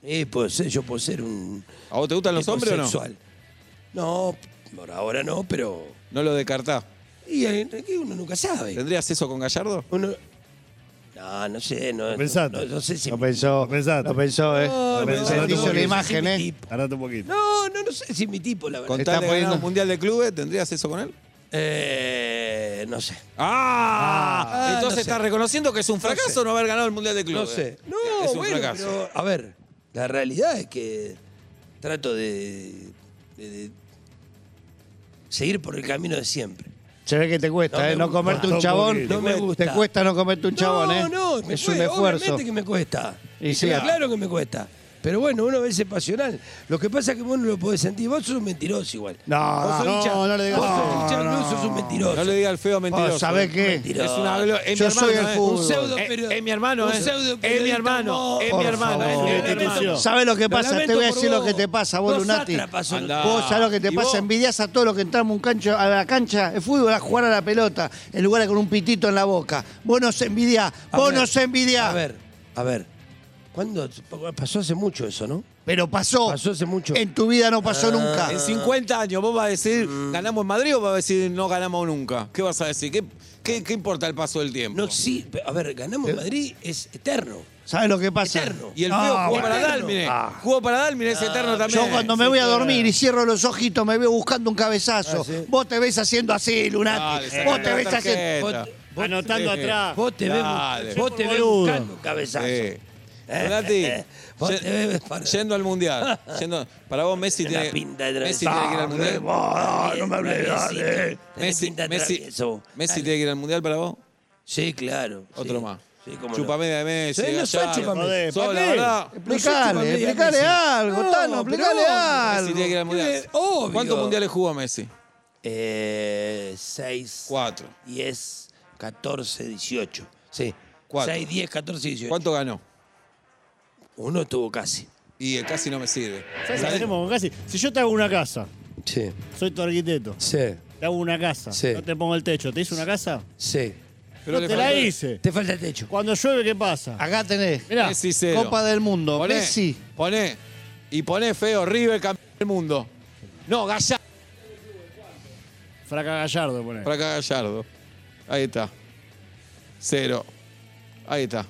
[SPEAKER 5] Eh, puedo ser- yo puedo ser un.
[SPEAKER 2] ¿A vos te gustan los hombres o no?
[SPEAKER 5] heterosexual. No, por ahora no, pero.
[SPEAKER 2] No lo descartás.
[SPEAKER 5] Y eh, que uno nunca sabe.
[SPEAKER 2] ¿Tendrías eso con Gallardo?
[SPEAKER 5] Uno. No, no sé, no.
[SPEAKER 1] Pensaste.
[SPEAKER 5] No, no sé si.
[SPEAKER 4] Lo pensó,
[SPEAKER 1] Lo pensaste.
[SPEAKER 4] lo pensó, ¿eh? Lo
[SPEAKER 5] No, no,
[SPEAKER 4] pensó,
[SPEAKER 1] no,
[SPEAKER 4] hizo
[SPEAKER 1] no,
[SPEAKER 4] la
[SPEAKER 1] no,
[SPEAKER 4] imagen,
[SPEAKER 5] no,
[SPEAKER 4] ¿eh?
[SPEAKER 1] Parate un poquito.
[SPEAKER 5] No, no, no sé si es mi tipo, la verdad.
[SPEAKER 2] Con
[SPEAKER 4] Está
[SPEAKER 2] tal de ganar
[SPEAKER 4] poniendo-
[SPEAKER 2] un mundial de clubes, ¿tendrías eso con él?
[SPEAKER 5] Eh, no sé.
[SPEAKER 2] ¡Ah!
[SPEAKER 5] Ah,
[SPEAKER 2] Entonces
[SPEAKER 5] no sé.
[SPEAKER 2] estás reconociendo que es un fracaso no haber ganado el mundial de
[SPEAKER 5] No
[SPEAKER 2] clubes.
[SPEAKER 5] sé. No,
[SPEAKER 2] eh, es un
[SPEAKER 5] bueno,
[SPEAKER 2] fracaso.
[SPEAKER 5] pero, a ver, la realidad es que trato de, de- de seguir por el camino de siempre.
[SPEAKER 4] Se ve que te cuesta,
[SPEAKER 5] No me
[SPEAKER 4] ¿eh? No
[SPEAKER 5] gusta.
[SPEAKER 4] comerte
[SPEAKER 1] No
[SPEAKER 4] un chabón.
[SPEAKER 1] me
[SPEAKER 4] te
[SPEAKER 5] gusta.
[SPEAKER 4] cuesta. Te cuesta no comerte un chabón, ¿eh?
[SPEAKER 5] No, no, me
[SPEAKER 4] Es un
[SPEAKER 5] cuesta,
[SPEAKER 4] esfuerzo.
[SPEAKER 5] Obviamente que me cuesta.
[SPEAKER 4] Y
[SPEAKER 5] Y
[SPEAKER 4] sí,
[SPEAKER 5] claro,
[SPEAKER 4] a-
[SPEAKER 5] claro que me cuesta. Pero bueno, uno a veces es pasional. Lo que pasa es que vos no lo podés sentir. Vos sos un mentiroso igual.
[SPEAKER 4] No,
[SPEAKER 5] Vos sos
[SPEAKER 4] no,
[SPEAKER 5] hincha-
[SPEAKER 4] no le digas-
[SPEAKER 5] Vos sos
[SPEAKER 4] no,
[SPEAKER 5] hincha del Club, sos un mentiroso.
[SPEAKER 2] No le diga al feo mentiroso.
[SPEAKER 4] Oh, ¿Sabés qué?
[SPEAKER 5] Mentira.
[SPEAKER 2] Es una glo- es mi
[SPEAKER 4] Yo soy
[SPEAKER 2] hermano,
[SPEAKER 4] el
[SPEAKER 2] eh.
[SPEAKER 4] fútbol.
[SPEAKER 5] un pseudo
[SPEAKER 2] Eh,
[SPEAKER 5] pero-
[SPEAKER 2] es mi hermano,
[SPEAKER 5] un
[SPEAKER 2] eh.
[SPEAKER 5] pseudo
[SPEAKER 2] Es mi
[SPEAKER 5] periodista
[SPEAKER 2] hermano,
[SPEAKER 5] mozo.
[SPEAKER 2] es mi hermano, es mi
[SPEAKER 1] favor.
[SPEAKER 2] hermano.
[SPEAKER 1] Institución.
[SPEAKER 4] ¿Sabés lo que
[SPEAKER 5] Lo
[SPEAKER 4] pasa?
[SPEAKER 5] lamento
[SPEAKER 4] te voy a
[SPEAKER 5] por
[SPEAKER 4] decir
[SPEAKER 5] vos.
[SPEAKER 4] lo que te pasa, vos,
[SPEAKER 5] Vos
[SPEAKER 4] Lunati.
[SPEAKER 5] sátrapa sos.
[SPEAKER 2] Andá.
[SPEAKER 4] Vos sabés lo que te
[SPEAKER 2] ¿Y
[SPEAKER 4] pasa,
[SPEAKER 2] vos?
[SPEAKER 4] envidias a todos los que entramos un cancho, a la cancha de fútbol a jugar a la pelota, en lugar de con un pitito en la boca. Vos nos envidiás,
[SPEAKER 5] A
[SPEAKER 4] vos
[SPEAKER 5] ver,
[SPEAKER 4] nos envidiás.
[SPEAKER 5] A ver, a ver. ¿Cuándo? Pasó hace mucho eso, ¿no?
[SPEAKER 4] Pero pasó.
[SPEAKER 5] Pasó hace mucho. Ah,
[SPEAKER 4] En tu vida no pasó nunca.
[SPEAKER 2] En 50 años, vos vas a decir, ¿ganamos en Madrid o vas a decir, no ganamos nunca? ¿Qué vas a decir? ¿Qué, qué- qué importa el paso del tiempo?
[SPEAKER 5] No, sí, a ver,
[SPEAKER 2] Eh.
[SPEAKER 5] ganamos Madrid es eterno.
[SPEAKER 4] ¿Sabés lo que pasa?
[SPEAKER 5] Eterno.
[SPEAKER 2] Y el
[SPEAKER 4] No,
[SPEAKER 2] feo jugó
[SPEAKER 4] bueno.
[SPEAKER 2] para
[SPEAKER 5] eterno.
[SPEAKER 2] Dálmine.
[SPEAKER 4] Ah.
[SPEAKER 2] Jugó para Dálmine, es eterno también.
[SPEAKER 4] Yo cuando me voy a dormir y cierro los ojitos me veo buscando un
[SPEAKER 5] Ah,
[SPEAKER 4] cabezazo. Vos te ves haciendo así,
[SPEAKER 2] Dale,
[SPEAKER 4] Lunati.
[SPEAKER 2] sacate
[SPEAKER 4] Vos te
[SPEAKER 2] Ah, la
[SPEAKER 4] ves haciendo.
[SPEAKER 2] tarjeta.
[SPEAKER 5] Vos- vos-
[SPEAKER 1] Anotando
[SPEAKER 2] Sí.
[SPEAKER 1] atrás.
[SPEAKER 5] Vos te ves,
[SPEAKER 2] Ah, Dale.
[SPEAKER 5] vos te ves
[SPEAKER 1] Boludo.
[SPEAKER 5] buscando un cabezazo. Eh,
[SPEAKER 2] Sí. Donati,
[SPEAKER 5] Vos
[SPEAKER 2] Eh, ye-
[SPEAKER 5] te ves para-
[SPEAKER 2] yendo al mundial. Yendo, para vos Messi
[SPEAKER 5] Tenés
[SPEAKER 2] tiene,
[SPEAKER 5] la pinta de
[SPEAKER 2] Messi tiene que ir al mundial.
[SPEAKER 5] Ah, no me hablé,
[SPEAKER 2] Messi, Messi, Messi tiene que ir al mundial para vos.
[SPEAKER 5] Sí, claro.
[SPEAKER 2] Otro
[SPEAKER 5] sí.
[SPEAKER 2] más.
[SPEAKER 5] Sí, cómo no.
[SPEAKER 2] Chupame de Messi.
[SPEAKER 5] Sí, no soy
[SPEAKER 2] Gallardo.
[SPEAKER 5] chupamedias.
[SPEAKER 2] Sos, la
[SPEAKER 1] ¿Para qué?
[SPEAKER 2] verdad.
[SPEAKER 5] No sé,
[SPEAKER 4] Explicale, explicale
[SPEAKER 5] Messi.
[SPEAKER 4] algo,
[SPEAKER 5] No,
[SPEAKER 4] Tano,
[SPEAKER 5] pero
[SPEAKER 4] explicale
[SPEAKER 5] obvio,
[SPEAKER 2] Messi tiene que ir
[SPEAKER 4] algo.
[SPEAKER 2] al mundial.
[SPEAKER 5] Eh, obvio.
[SPEAKER 2] ¿Cuántos mundiales jugó Messi?
[SPEAKER 5] Eh, 6,
[SPEAKER 2] Cuatro.
[SPEAKER 5] 10, 14, 18. Sí.
[SPEAKER 2] Cuatro.
[SPEAKER 5] 6, 10, 14, 18.
[SPEAKER 2] ¿Cuánto ganó?
[SPEAKER 5] Uno estuvo casi.
[SPEAKER 2] Y el casi no me sirve.
[SPEAKER 1] ¿Sabés qué tenemos con Casi? Si yo te hago una casa,
[SPEAKER 5] Sí,
[SPEAKER 1] soy tu arquitecto,
[SPEAKER 5] sí,
[SPEAKER 1] te hago una casa,
[SPEAKER 5] Sí.
[SPEAKER 1] no te pongo el techo, ¿te hice una casa?
[SPEAKER 5] sí.
[SPEAKER 1] no te la hice.
[SPEAKER 5] Te falta el techo.
[SPEAKER 1] Cuando llueve, ¿qué pasa?
[SPEAKER 4] Acá tenés.
[SPEAKER 1] Mirá,
[SPEAKER 2] Messi cero.
[SPEAKER 4] Copa del Mundo.
[SPEAKER 2] Poné,
[SPEAKER 4] Messi.
[SPEAKER 2] Poné. Y poné feo, River campeón del mundo. No, Gallardo.
[SPEAKER 1] Fraca Gallardo, poné.
[SPEAKER 2] Para acá Gallardo. Ahí está. Cero. Ahí está.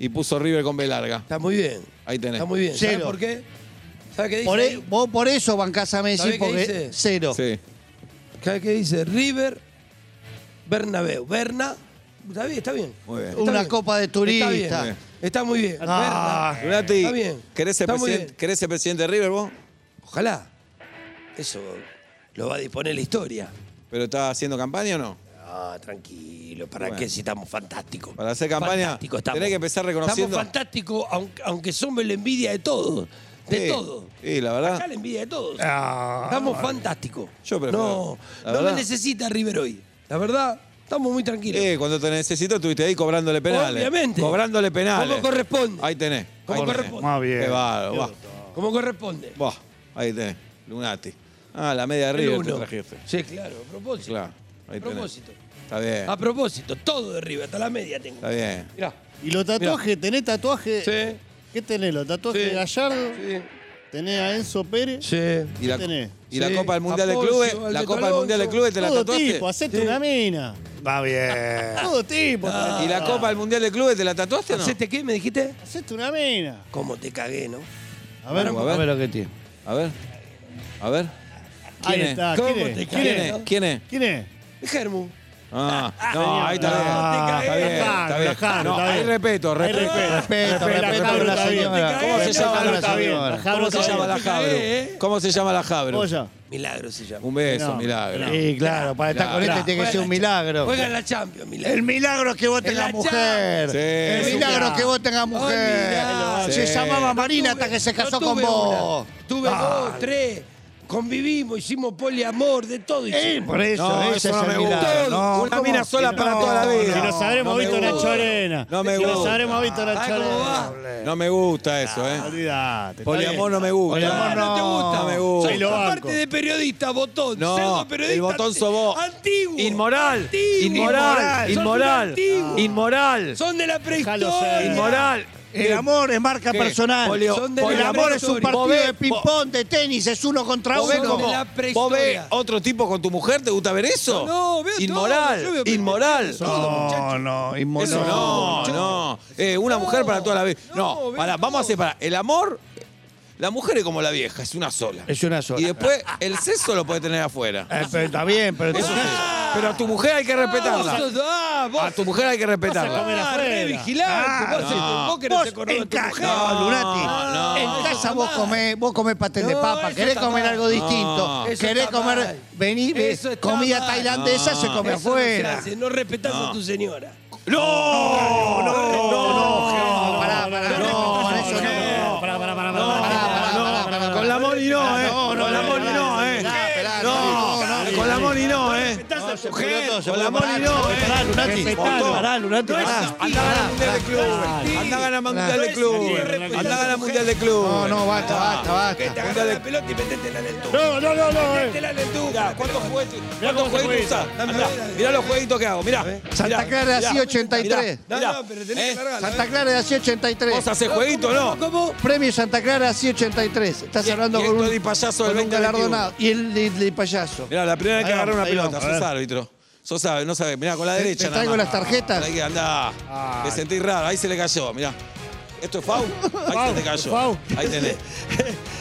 [SPEAKER 2] Y puso River con B larga.
[SPEAKER 5] Está muy bien.
[SPEAKER 2] Ahí tenés.
[SPEAKER 5] Está muy bien. ¿Sabes
[SPEAKER 4] Cero.
[SPEAKER 5] por qué? ¿Sabes qué dice?
[SPEAKER 4] Por e-
[SPEAKER 5] ahí?
[SPEAKER 4] vos por eso bancás a Messi,
[SPEAKER 5] ¿Sabés qué
[SPEAKER 4] porque
[SPEAKER 5] dice?
[SPEAKER 4] cero.
[SPEAKER 2] Sí.
[SPEAKER 5] ¿Sabes qué dice? River, Bernabéu. Berna. Está bien, está bien.
[SPEAKER 2] Muy bien.
[SPEAKER 5] Está
[SPEAKER 4] Una copa de turista.
[SPEAKER 5] Está, bien. Está muy bien.
[SPEAKER 4] Ah,
[SPEAKER 5] Berna.
[SPEAKER 2] Lunati,
[SPEAKER 5] está bien.
[SPEAKER 2] ¿querés, ser
[SPEAKER 5] Está muy
[SPEAKER 2] presidente-
[SPEAKER 5] bien.
[SPEAKER 2] querés ser presidente de River vos?
[SPEAKER 5] Ojalá. Eso lo va a disponer la historia.
[SPEAKER 2] ¿Pero está haciendo campaña o no?
[SPEAKER 5] Ah, tranquilo, ¿para
[SPEAKER 2] Bueno.
[SPEAKER 5] qué si estamos fantásticos?
[SPEAKER 2] Para hacer campaña,
[SPEAKER 5] Fantástico estamos.
[SPEAKER 2] tenés que empezar reconociendo-
[SPEAKER 5] Estamos fantásticos, aunque, aunque somos la envidia de todos. De
[SPEAKER 2] Sí,
[SPEAKER 5] todos.
[SPEAKER 2] sí, la verdad. Ah.
[SPEAKER 5] Acá la envidia de todos. estamos fantásticos.
[SPEAKER 2] Yo prefiero-
[SPEAKER 5] No,
[SPEAKER 2] la
[SPEAKER 5] no me
[SPEAKER 2] verdad.
[SPEAKER 5] necesita River hoy. La verdad, estamos muy tranquilos.
[SPEAKER 2] Eh, cuando te necesito estuviste ahí cobrándole penales.
[SPEAKER 5] Obviamente.
[SPEAKER 2] Cobrándole penales.
[SPEAKER 5] Como corresponde.
[SPEAKER 2] Ahí tenés.
[SPEAKER 5] Como
[SPEAKER 2] ahí tenés.
[SPEAKER 5] corresponde.
[SPEAKER 3] Más bien.
[SPEAKER 2] Qué bárbaro, va.
[SPEAKER 5] Ah, Como corresponde.
[SPEAKER 2] Buah, ahí tenés. Lunati. Ah, la media de
[SPEAKER 5] El
[SPEAKER 2] River te
[SPEAKER 5] uno.
[SPEAKER 2] trajiste.
[SPEAKER 5] Sí, claro, a propósito.
[SPEAKER 2] Claro. Ahí
[SPEAKER 5] a
[SPEAKER 2] tenés.
[SPEAKER 5] propósito.
[SPEAKER 2] Está bien.
[SPEAKER 5] A propósito, todo de River, hasta la media tengo.
[SPEAKER 2] Está bien.
[SPEAKER 5] Mirá.
[SPEAKER 1] ¿Y los tatuajes? ¿Tenés tatuaje?
[SPEAKER 5] Sí.
[SPEAKER 1] ¿Qué tenés? ¿Los tatuajes
[SPEAKER 5] Sí.
[SPEAKER 1] de Gallardo?
[SPEAKER 5] Sí.
[SPEAKER 1] ¿Tenés a Enzo Pérez?
[SPEAKER 5] Sí.
[SPEAKER 2] ¿Y la,
[SPEAKER 1] tenés?
[SPEAKER 2] y la
[SPEAKER 5] Sí,
[SPEAKER 2] Copa del Mundial de
[SPEAKER 5] Apollo,
[SPEAKER 2] Clubes?
[SPEAKER 5] Alberto
[SPEAKER 2] ¿La Copa del Mundial de
[SPEAKER 5] Alonso.
[SPEAKER 2] Clubes te la
[SPEAKER 1] Todo
[SPEAKER 2] tatuaste?
[SPEAKER 1] tipo, hacete una mina.
[SPEAKER 3] Va bien.
[SPEAKER 1] Todo tipo.
[SPEAKER 2] Ah, ¿Y la Copa del Mundial de Clubes te la tatuaste o no?
[SPEAKER 5] ¿Hacete qué? ¿Me dijiste?
[SPEAKER 1] Hacete una mina.
[SPEAKER 5] Cómo te cagué, ¿no?
[SPEAKER 1] A ver,
[SPEAKER 2] Bueno, a ver.
[SPEAKER 4] lo que tiene.
[SPEAKER 2] A ver. A ver.
[SPEAKER 1] ahí
[SPEAKER 2] ¿Quién es?
[SPEAKER 1] está.
[SPEAKER 5] ¿Cómo
[SPEAKER 1] ¿Quién
[SPEAKER 5] te
[SPEAKER 1] es?
[SPEAKER 2] ¿Quién
[SPEAKER 1] ¿Quién
[SPEAKER 2] es?
[SPEAKER 1] es?
[SPEAKER 2] ¿Quién es?
[SPEAKER 1] ¿Quién es?
[SPEAKER 5] Germu.
[SPEAKER 2] Ah, no, ahí está
[SPEAKER 5] No,
[SPEAKER 2] bien.
[SPEAKER 5] te
[SPEAKER 2] Está
[SPEAKER 5] cagué.
[SPEAKER 2] bien, está bien.
[SPEAKER 1] Dejalo,
[SPEAKER 2] No,
[SPEAKER 1] está
[SPEAKER 2] hay
[SPEAKER 1] bien.
[SPEAKER 2] respeto,
[SPEAKER 1] Hay
[SPEAKER 2] respeto.
[SPEAKER 4] Respeto,
[SPEAKER 1] Respeta,
[SPEAKER 4] respeto
[SPEAKER 1] Jabro
[SPEAKER 4] por la
[SPEAKER 1] está bien.
[SPEAKER 4] señora.
[SPEAKER 5] ¿Cómo se llama
[SPEAKER 1] Jabro
[SPEAKER 5] la
[SPEAKER 1] está bien,
[SPEAKER 4] señora?
[SPEAKER 1] la Jabro
[SPEAKER 2] ¿Cómo se
[SPEAKER 1] está
[SPEAKER 2] llama
[SPEAKER 1] bien.
[SPEAKER 2] la Jabro?
[SPEAKER 5] ¿eh?
[SPEAKER 2] ¿Cómo se llama la Jabro?
[SPEAKER 1] Olla.
[SPEAKER 5] Milagro se llama.
[SPEAKER 2] Un beso,
[SPEAKER 1] No,
[SPEAKER 2] milagro.
[SPEAKER 4] Sí, claro, para estar
[SPEAKER 2] Claro.
[SPEAKER 4] con este
[SPEAKER 2] Claro.
[SPEAKER 4] tiene que ser un milagro.
[SPEAKER 5] Juega en la Champions, Milagro.
[SPEAKER 4] El milagro es que vos tengas
[SPEAKER 5] la
[SPEAKER 4] mujer.
[SPEAKER 2] Sí.
[SPEAKER 4] El
[SPEAKER 2] Sí.
[SPEAKER 4] milagro es que vos tengas mujer.
[SPEAKER 5] mirá.
[SPEAKER 4] Se
[SPEAKER 2] Sí.
[SPEAKER 4] llamaba Marina
[SPEAKER 5] Tuve-
[SPEAKER 4] hasta que se
[SPEAKER 5] no
[SPEAKER 4] casó con
[SPEAKER 5] tuve
[SPEAKER 4] vos.
[SPEAKER 5] una, Tuve dos, tres. Convivimos, hicimos poliamor, de todo.
[SPEAKER 4] Eh,
[SPEAKER 5] hicimos.
[SPEAKER 4] por eso,
[SPEAKER 2] No, eso
[SPEAKER 4] ese es
[SPEAKER 2] no
[SPEAKER 4] el
[SPEAKER 2] me gusta.
[SPEAKER 4] milagro.
[SPEAKER 2] Todo.
[SPEAKER 4] No,
[SPEAKER 2] Una
[SPEAKER 4] ¿cómo?
[SPEAKER 2] mina sola
[SPEAKER 4] Si
[SPEAKER 2] para toda la vida.
[SPEAKER 1] Si nos habremos
[SPEAKER 2] No me
[SPEAKER 1] visto Nacho
[SPEAKER 2] gusta.
[SPEAKER 1] Arena.
[SPEAKER 2] No me
[SPEAKER 1] si nos
[SPEAKER 2] gusta.
[SPEAKER 1] habremos visto Nacho
[SPEAKER 5] ¿Sabes cómo
[SPEAKER 1] Arena.
[SPEAKER 5] va?
[SPEAKER 2] No me gusta eso, ¿eh?
[SPEAKER 1] Olvidate. está
[SPEAKER 2] Poliamor no
[SPEAKER 1] bien.
[SPEAKER 2] me gusta.
[SPEAKER 4] Poliamor
[SPEAKER 5] Ah, no te gusta.
[SPEAKER 2] me gusta.
[SPEAKER 1] Soy lo banco.
[SPEAKER 5] Aparte de periodista, botón.
[SPEAKER 2] No,
[SPEAKER 5] cerdo periodista,
[SPEAKER 2] el botón sos vos.
[SPEAKER 5] Antiguo.
[SPEAKER 2] Inmoral,
[SPEAKER 5] Antiguo.
[SPEAKER 2] inmoral,
[SPEAKER 5] Sos un
[SPEAKER 2] inmoral,
[SPEAKER 5] antiguo.
[SPEAKER 2] inmoral,
[SPEAKER 5] Son de la
[SPEAKER 1] Déjalo
[SPEAKER 5] prehistoria.
[SPEAKER 1] ser.
[SPEAKER 2] inmoral.
[SPEAKER 4] El amor es marca
[SPEAKER 2] ¿Qué?
[SPEAKER 4] personal.
[SPEAKER 2] Polio-
[SPEAKER 5] Son de
[SPEAKER 4] el
[SPEAKER 5] la
[SPEAKER 4] amor es un
[SPEAKER 5] prehistoria.
[SPEAKER 4] partido
[SPEAKER 2] Vos ve-
[SPEAKER 4] de ping-pong, de tenis, es uno
[SPEAKER 1] Ah,
[SPEAKER 4] contra
[SPEAKER 2] ¿Vos ves,
[SPEAKER 5] Son
[SPEAKER 4] uno.
[SPEAKER 2] cómo-
[SPEAKER 5] de la
[SPEAKER 2] ¿Vos ves
[SPEAKER 5] prehistoria.
[SPEAKER 2] otro tipo con tu mujer? ¿Te gusta ver eso?
[SPEAKER 5] No, veo todo,
[SPEAKER 2] Inmoral,
[SPEAKER 5] yo veo
[SPEAKER 2] inmoral.
[SPEAKER 5] películas, todo, muchacho.
[SPEAKER 4] No, no, inmoral.
[SPEAKER 2] Eso no, no. Eh, una
[SPEAKER 5] No,
[SPEAKER 2] mujer para toda la vida. No,
[SPEAKER 5] no, ve
[SPEAKER 2] pará,
[SPEAKER 5] todo.
[SPEAKER 2] vamos a separar. El amor, la mujer es como la vieja, es una sola.
[SPEAKER 4] Es una sola.
[SPEAKER 2] Y después el sexo lo puede tener afuera.
[SPEAKER 4] Eh, pero está bien, pero
[SPEAKER 2] Eso sí. Pero a tu mujer hay que
[SPEAKER 5] Ah, vos
[SPEAKER 2] respetarla.
[SPEAKER 5] sos- ah, vos
[SPEAKER 2] A tu mujer hay que
[SPEAKER 1] Vas a
[SPEAKER 2] respetarla.
[SPEAKER 1] comer
[SPEAKER 5] Ah,
[SPEAKER 1] afuera.
[SPEAKER 5] re vigilante. vos,
[SPEAKER 2] no.
[SPEAKER 5] vos que no
[SPEAKER 4] Vos
[SPEAKER 5] te acordás de
[SPEAKER 4] en
[SPEAKER 5] tu
[SPEAKER 4] casa,
[SPEAKER 5] mujer.
[SPEAKER 4] no, Lunati,
[SPEAKER 2] no,
[SPEAKER 4] en
[SPEAKER 5] eso
[SPEAKER 4] casa
[SPEAKER 5] está
[SPEAKER 4] vos
[SPEAKER 5] mal.
[SPEAKER 4] comés, vos comés pastel de
[SPEAKER 5] No,
[SPEAKER 4] papa,
[SPEAKER 5] eso
[SPEAKER 4] querés
[SPEAKER 5] está
[SPEAKER 4] comer
[SPEAKER 5] mal.
[SPEAKER 4] algo distinto,
[SPEAKER 5] Eso
[SPEAKER 4] querés
[SPEAKER 5] está
[SPEAKER 4] comer,
[SPEAKER 5] mal.
[SPEAKER 4] vení, ve,
[SPEAKER 5] Eso está
[SPEAKER 4] comida
[SPEAKER 5] mal.
[SPEAKER 4] tailandesa se come
[SPEAKER 5] Eso no se
[SPEAKER 4] afuera.
[SPEAKER 5] hace, No respetás a tu señora.
[SPEAKER 2] ¡No!
[SPEAKER 4] No, pará, pará, no, para eso no.
[SPEAKER 1] Pará, pará, pará,
[SPEAKER 2] No,
[SPEAKER 1] pará, pará, pará,
[SPEAKER 2] no,
[SPEAKER 1] pará, pará, pará,
[SPEAKER 2] Con
[SPEAKER 1] pará.
[SPEAKER 2] la Moni no, ¿eh? Con la Moni no, ¿eh?
[SPEAKER 4] Esperá, esperá,
[SPEAKER 2] No,
[SPEAKER 4] no, no,
[SPEAKER 2] con la Moni no, ¿eh?
[SPEAKER 5] Respetás a tu mujer.
[SPEAKER 4] todo, se
[SPEAKER 2] Con
[SPEAKER 4] puede
[SPEAKER 2] la Moni
[SPEAKER 4] parar,
[SPEAKER 2] no, ¿eh?
[SPEAKER 4] Pará, Lunati,
[SPEAKER 2] Respetalo.
[SPEAKER 4] pará, Lunati,
[SPEAKER 5] No
[SPEAKER 4] pará.
[SPEAKER 5] existe.
[SPEAKER 2] Andá a ganar el Mundial de Clubes.
[SPEAKER 5] Pará.
[SPEAKER 2] Andá a ganar el Mundial de
[SPEAKER 5] Pará.
[SPEAKER 2] Clubes.
[SPEAKER 5] Pará.
[SPEAKER 2] Andá a ganar el Mundial de Clubes.
[SPEAKER 4] No, no, basta, basta,
[SPEAKER 5] Que te
[SPEAKER 4] basta.
[SPEAKER 5] agarra la pelota y metetela en el tubo.
[SPEAKER 1] No, no, no, no, eh.
[SPEAKER 5] Métetela en el tubo.
[SPEAKER 2] ¿Cuántos juguetes,
[SPEAKER 1] Mirá
[SPEAKER 2] cuántos
[SPEAKER 1] cómo se
[SPEAKER 2] juguetes
[SPEAKER 1] juega.
[SPEAKER 2] usás? Andá, mirá los jueguitos que hago, mirá.
[SPEAKER 4] Santa Clara de así 83.
[SPEAKER 5] No,
[SPEAKER 2] Mirá,
[SPEAKER 5] no, pero tenés
[SPEAKER 2] ¿eh?
[SPEAKER 5] que largarla.
[SPEAKER 4] Santa Clara de así 83.
[SPEAKER 2] ¿Vos hacés jueguito o no?
[SPEAKER 5] ¿Cómo?
[SPEAKER 4] Premio Santa Clara así 83. Estás
[SPEAKER 2] Y-
[SPEAKER 4] hablando
[SPEAKER 2] y
[SPEAKER 4] con
[SPEAKER 2] esto
[SPEAKER 4] un
[SPEAKER 2] di payaso del
[SPEAKER 4] con un
[SPEAKER 2] 2021.
[SPEAKER 4] galardonado. Y el de, de payaso.
[SPEAKER 2] Mirá, la primera vez que
[SPEAKER 4] Ahí
[SPEAKER 2] agarré
[SPEAKER 4] vamos,
[SPEAKER 2] una
[SPEAKER 4] ahí
[SPEAKER 2] pelota,
[SPEAKER 4] vamos, a
[SPEAKER 2] sos
[SPEAKER 4] ver.
[SPEAKER 2] árbitro. Sos árbitro, no sabés. Mirá, con la
[SPEAKER 4] ¿Te-
[SPEAKER 2] derecha
[SPEAKER 4] te
[SPEAKER 2] nada
[SPEAKER 4] traigo
[SPEAKER 2] más.
[SPEAKER 4] las tarjetas? Ah.
[SPEAKER 2] Ahí que andá. Te sentís raro, ahí se le cayó, mirá. ¿Esto es FAU? Ahí se te cayó.
[SPEAKER 1] Fau.
[SPEAKER 2] Ahí tenés.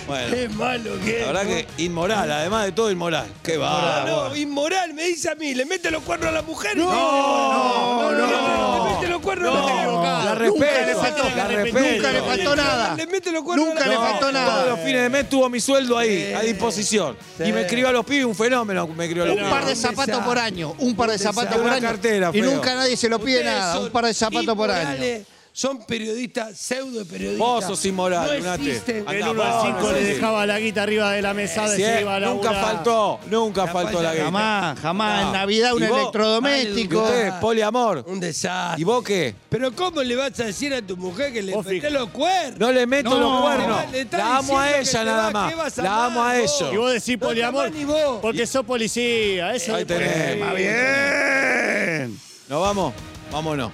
[SPEAKER 2] Bueno,
[SPEAKER 5] Qué malo que
[SPEAKER 2] la
[SPEAKER 5] es,
[SPEAKER 2] verdad
[SPEAKER 5] ¿no?
[SPEAKER 2] que inmoral, además de todo inmoral. Qué va.
[SPEAKER 5] Ah, No, no, inmoral, me dice a mí. Le mete los cuernos a la mujer. No,
[SPEAKER 2] no, no.
[SPEAKER 5] Le mete los cuernos a la mujer.
[SPEAKER 2] No, la
[SPEAKER 4] Nunca le
[SPEAKER 2] respeto,
[SPEAKER 4] faltó,
[SPEAKER 2] la respeto.
[SPEAKER 4] nunca le faltó
[SPEAKER 2] Ah,
[SPEAKER 4] nada.
[SPEAKER 5] Le mete los cuernos
[SPEAKER 4] Nunca
[SPEAKER 5] a la
[SPEAKER 4] le
[SPEAKER 5] mujer.
[SPEAKER 4] faltó nada.
[SPEAKER 2] Todos los fines de mes tuvo mi sueldo ahí, a disposición. Y me crió a los pibes, un fenómeno me crió a los
[SPEAKER 4] Un
[SPEAKER 2] pibes.
[SPEAKER 4] par de
[SPEAKER 5] Un
[SPEAKER 4] zapatos
[SPEAKER 5] desastre.
[SPEAKER 4] por año. Un par de
[SPEAKER 5] Un
[SPEAKER 4] zapatos
[SPEAKER 5] desastre.
[SPEAKER 4] por
[SPEAKER 2] Una
[SPEAKER 4] año.
[SPEAKER 2] cartera,
[SPEAKER 4] Y
[SPEAKER 2] feo.
[SPEAKER 4] nunca nadie se lo pide
[SPEAKER 5] Ustedes
[SPEAKER 4] nada.
[SPEAKER 5] son
[SPEAKER 4] Un par de zapatos por año.
[SPEAKER 5] inmorales, Son periodistas, pseudo periodistas.
[SPEAKER 2] Vos sos inmoral,
[SPEAKER 5] no
[SPEAKER 2] Lunati.
[SPEAKER 5] existen.
[SPEAKER 2] Andá,
[SPEAKER 1] El 1
[SPEAKER 2] vos,
[SPEAKER 1] al 5
[SPEAKER 2] no
[SPEAKER 1] le
[SPEAKER 2] existe.
[SPEAKER 1] dejaba la guita arriba de la mesada y
[SPEAKER 2] Sí,
[SPEAKER 1] se iba a la
[SPEAKER 2] nunca faltó, nunca faltó la guita.
[SPEAKER 4] Jamás, jamás.
[SPEAKER 2] No.
[SPEAKER 4] En Navidad un
[SPEAKER 2] ¿Y vos? ¿Y
[SPEAKER 4] electrodoméstico.
[SPEAKER 2] usted, poliamor?
[SPEAKER 5] Un desastre.
[SPEAKER 2] ¿Y vos qué?
[SPEAKER 5] Pero ¿cómo le vas a decir a tu mujer que le
[SPEAKER 1] Vos
[SPEAKER 5] metés
[SPEAKER 1] fija-
[SPEAKER 5] los cuernos?
[SPEAKER 2] No le meto
[SPEAKER 4] No.
[SPEAKER 2] los
[SPEAKER 5] No, le
[SPEAKER 2] cuernos.
[SPEAKER 5] está
[SPEAKER 2] La amo a
[SPEAKER 5] diciendo que
[SPEAKER 2] ella
[SPEAKER 5] te
[SPEAKER 2] nada
[SPEAKER 5] va, que
[SPEAKER 2] más.
[SPEAKER 5] vas a
[SPEAKER 2] La
[SPEAKER 5] amar
[SPEAKER 2] amo a
[SPEAKER 5] vos.
[SPEAKER 1] Y
[SPEAKER 2] ellos.
[SPEAKER 1] vos decís
[SPEAKER 5] No
[SPEAKER 1] poliamor
[SPEAKER 5] está mal ni vos.
[SPEAKER 1] porque sos policía. Eso
[SPEAKER 2] Ahí
[SPEAKER 1] es policía.
[SPEAKER 2] tenés. Más
[SPEAKER 3] Bien.
[SPEAKER 2] ¿Nos vamos? Vámonos.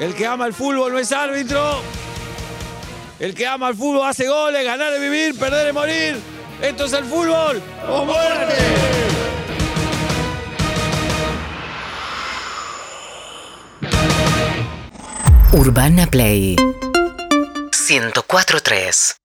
[SPEAKER 2] El que ama el fútbol no es árbitro. El que ama el fútbol hace goles, ganar es vivir, perder es morir. Esto es el fútbol. ¡O muerte!
[SPEAKER 7] Urbana Play 104.3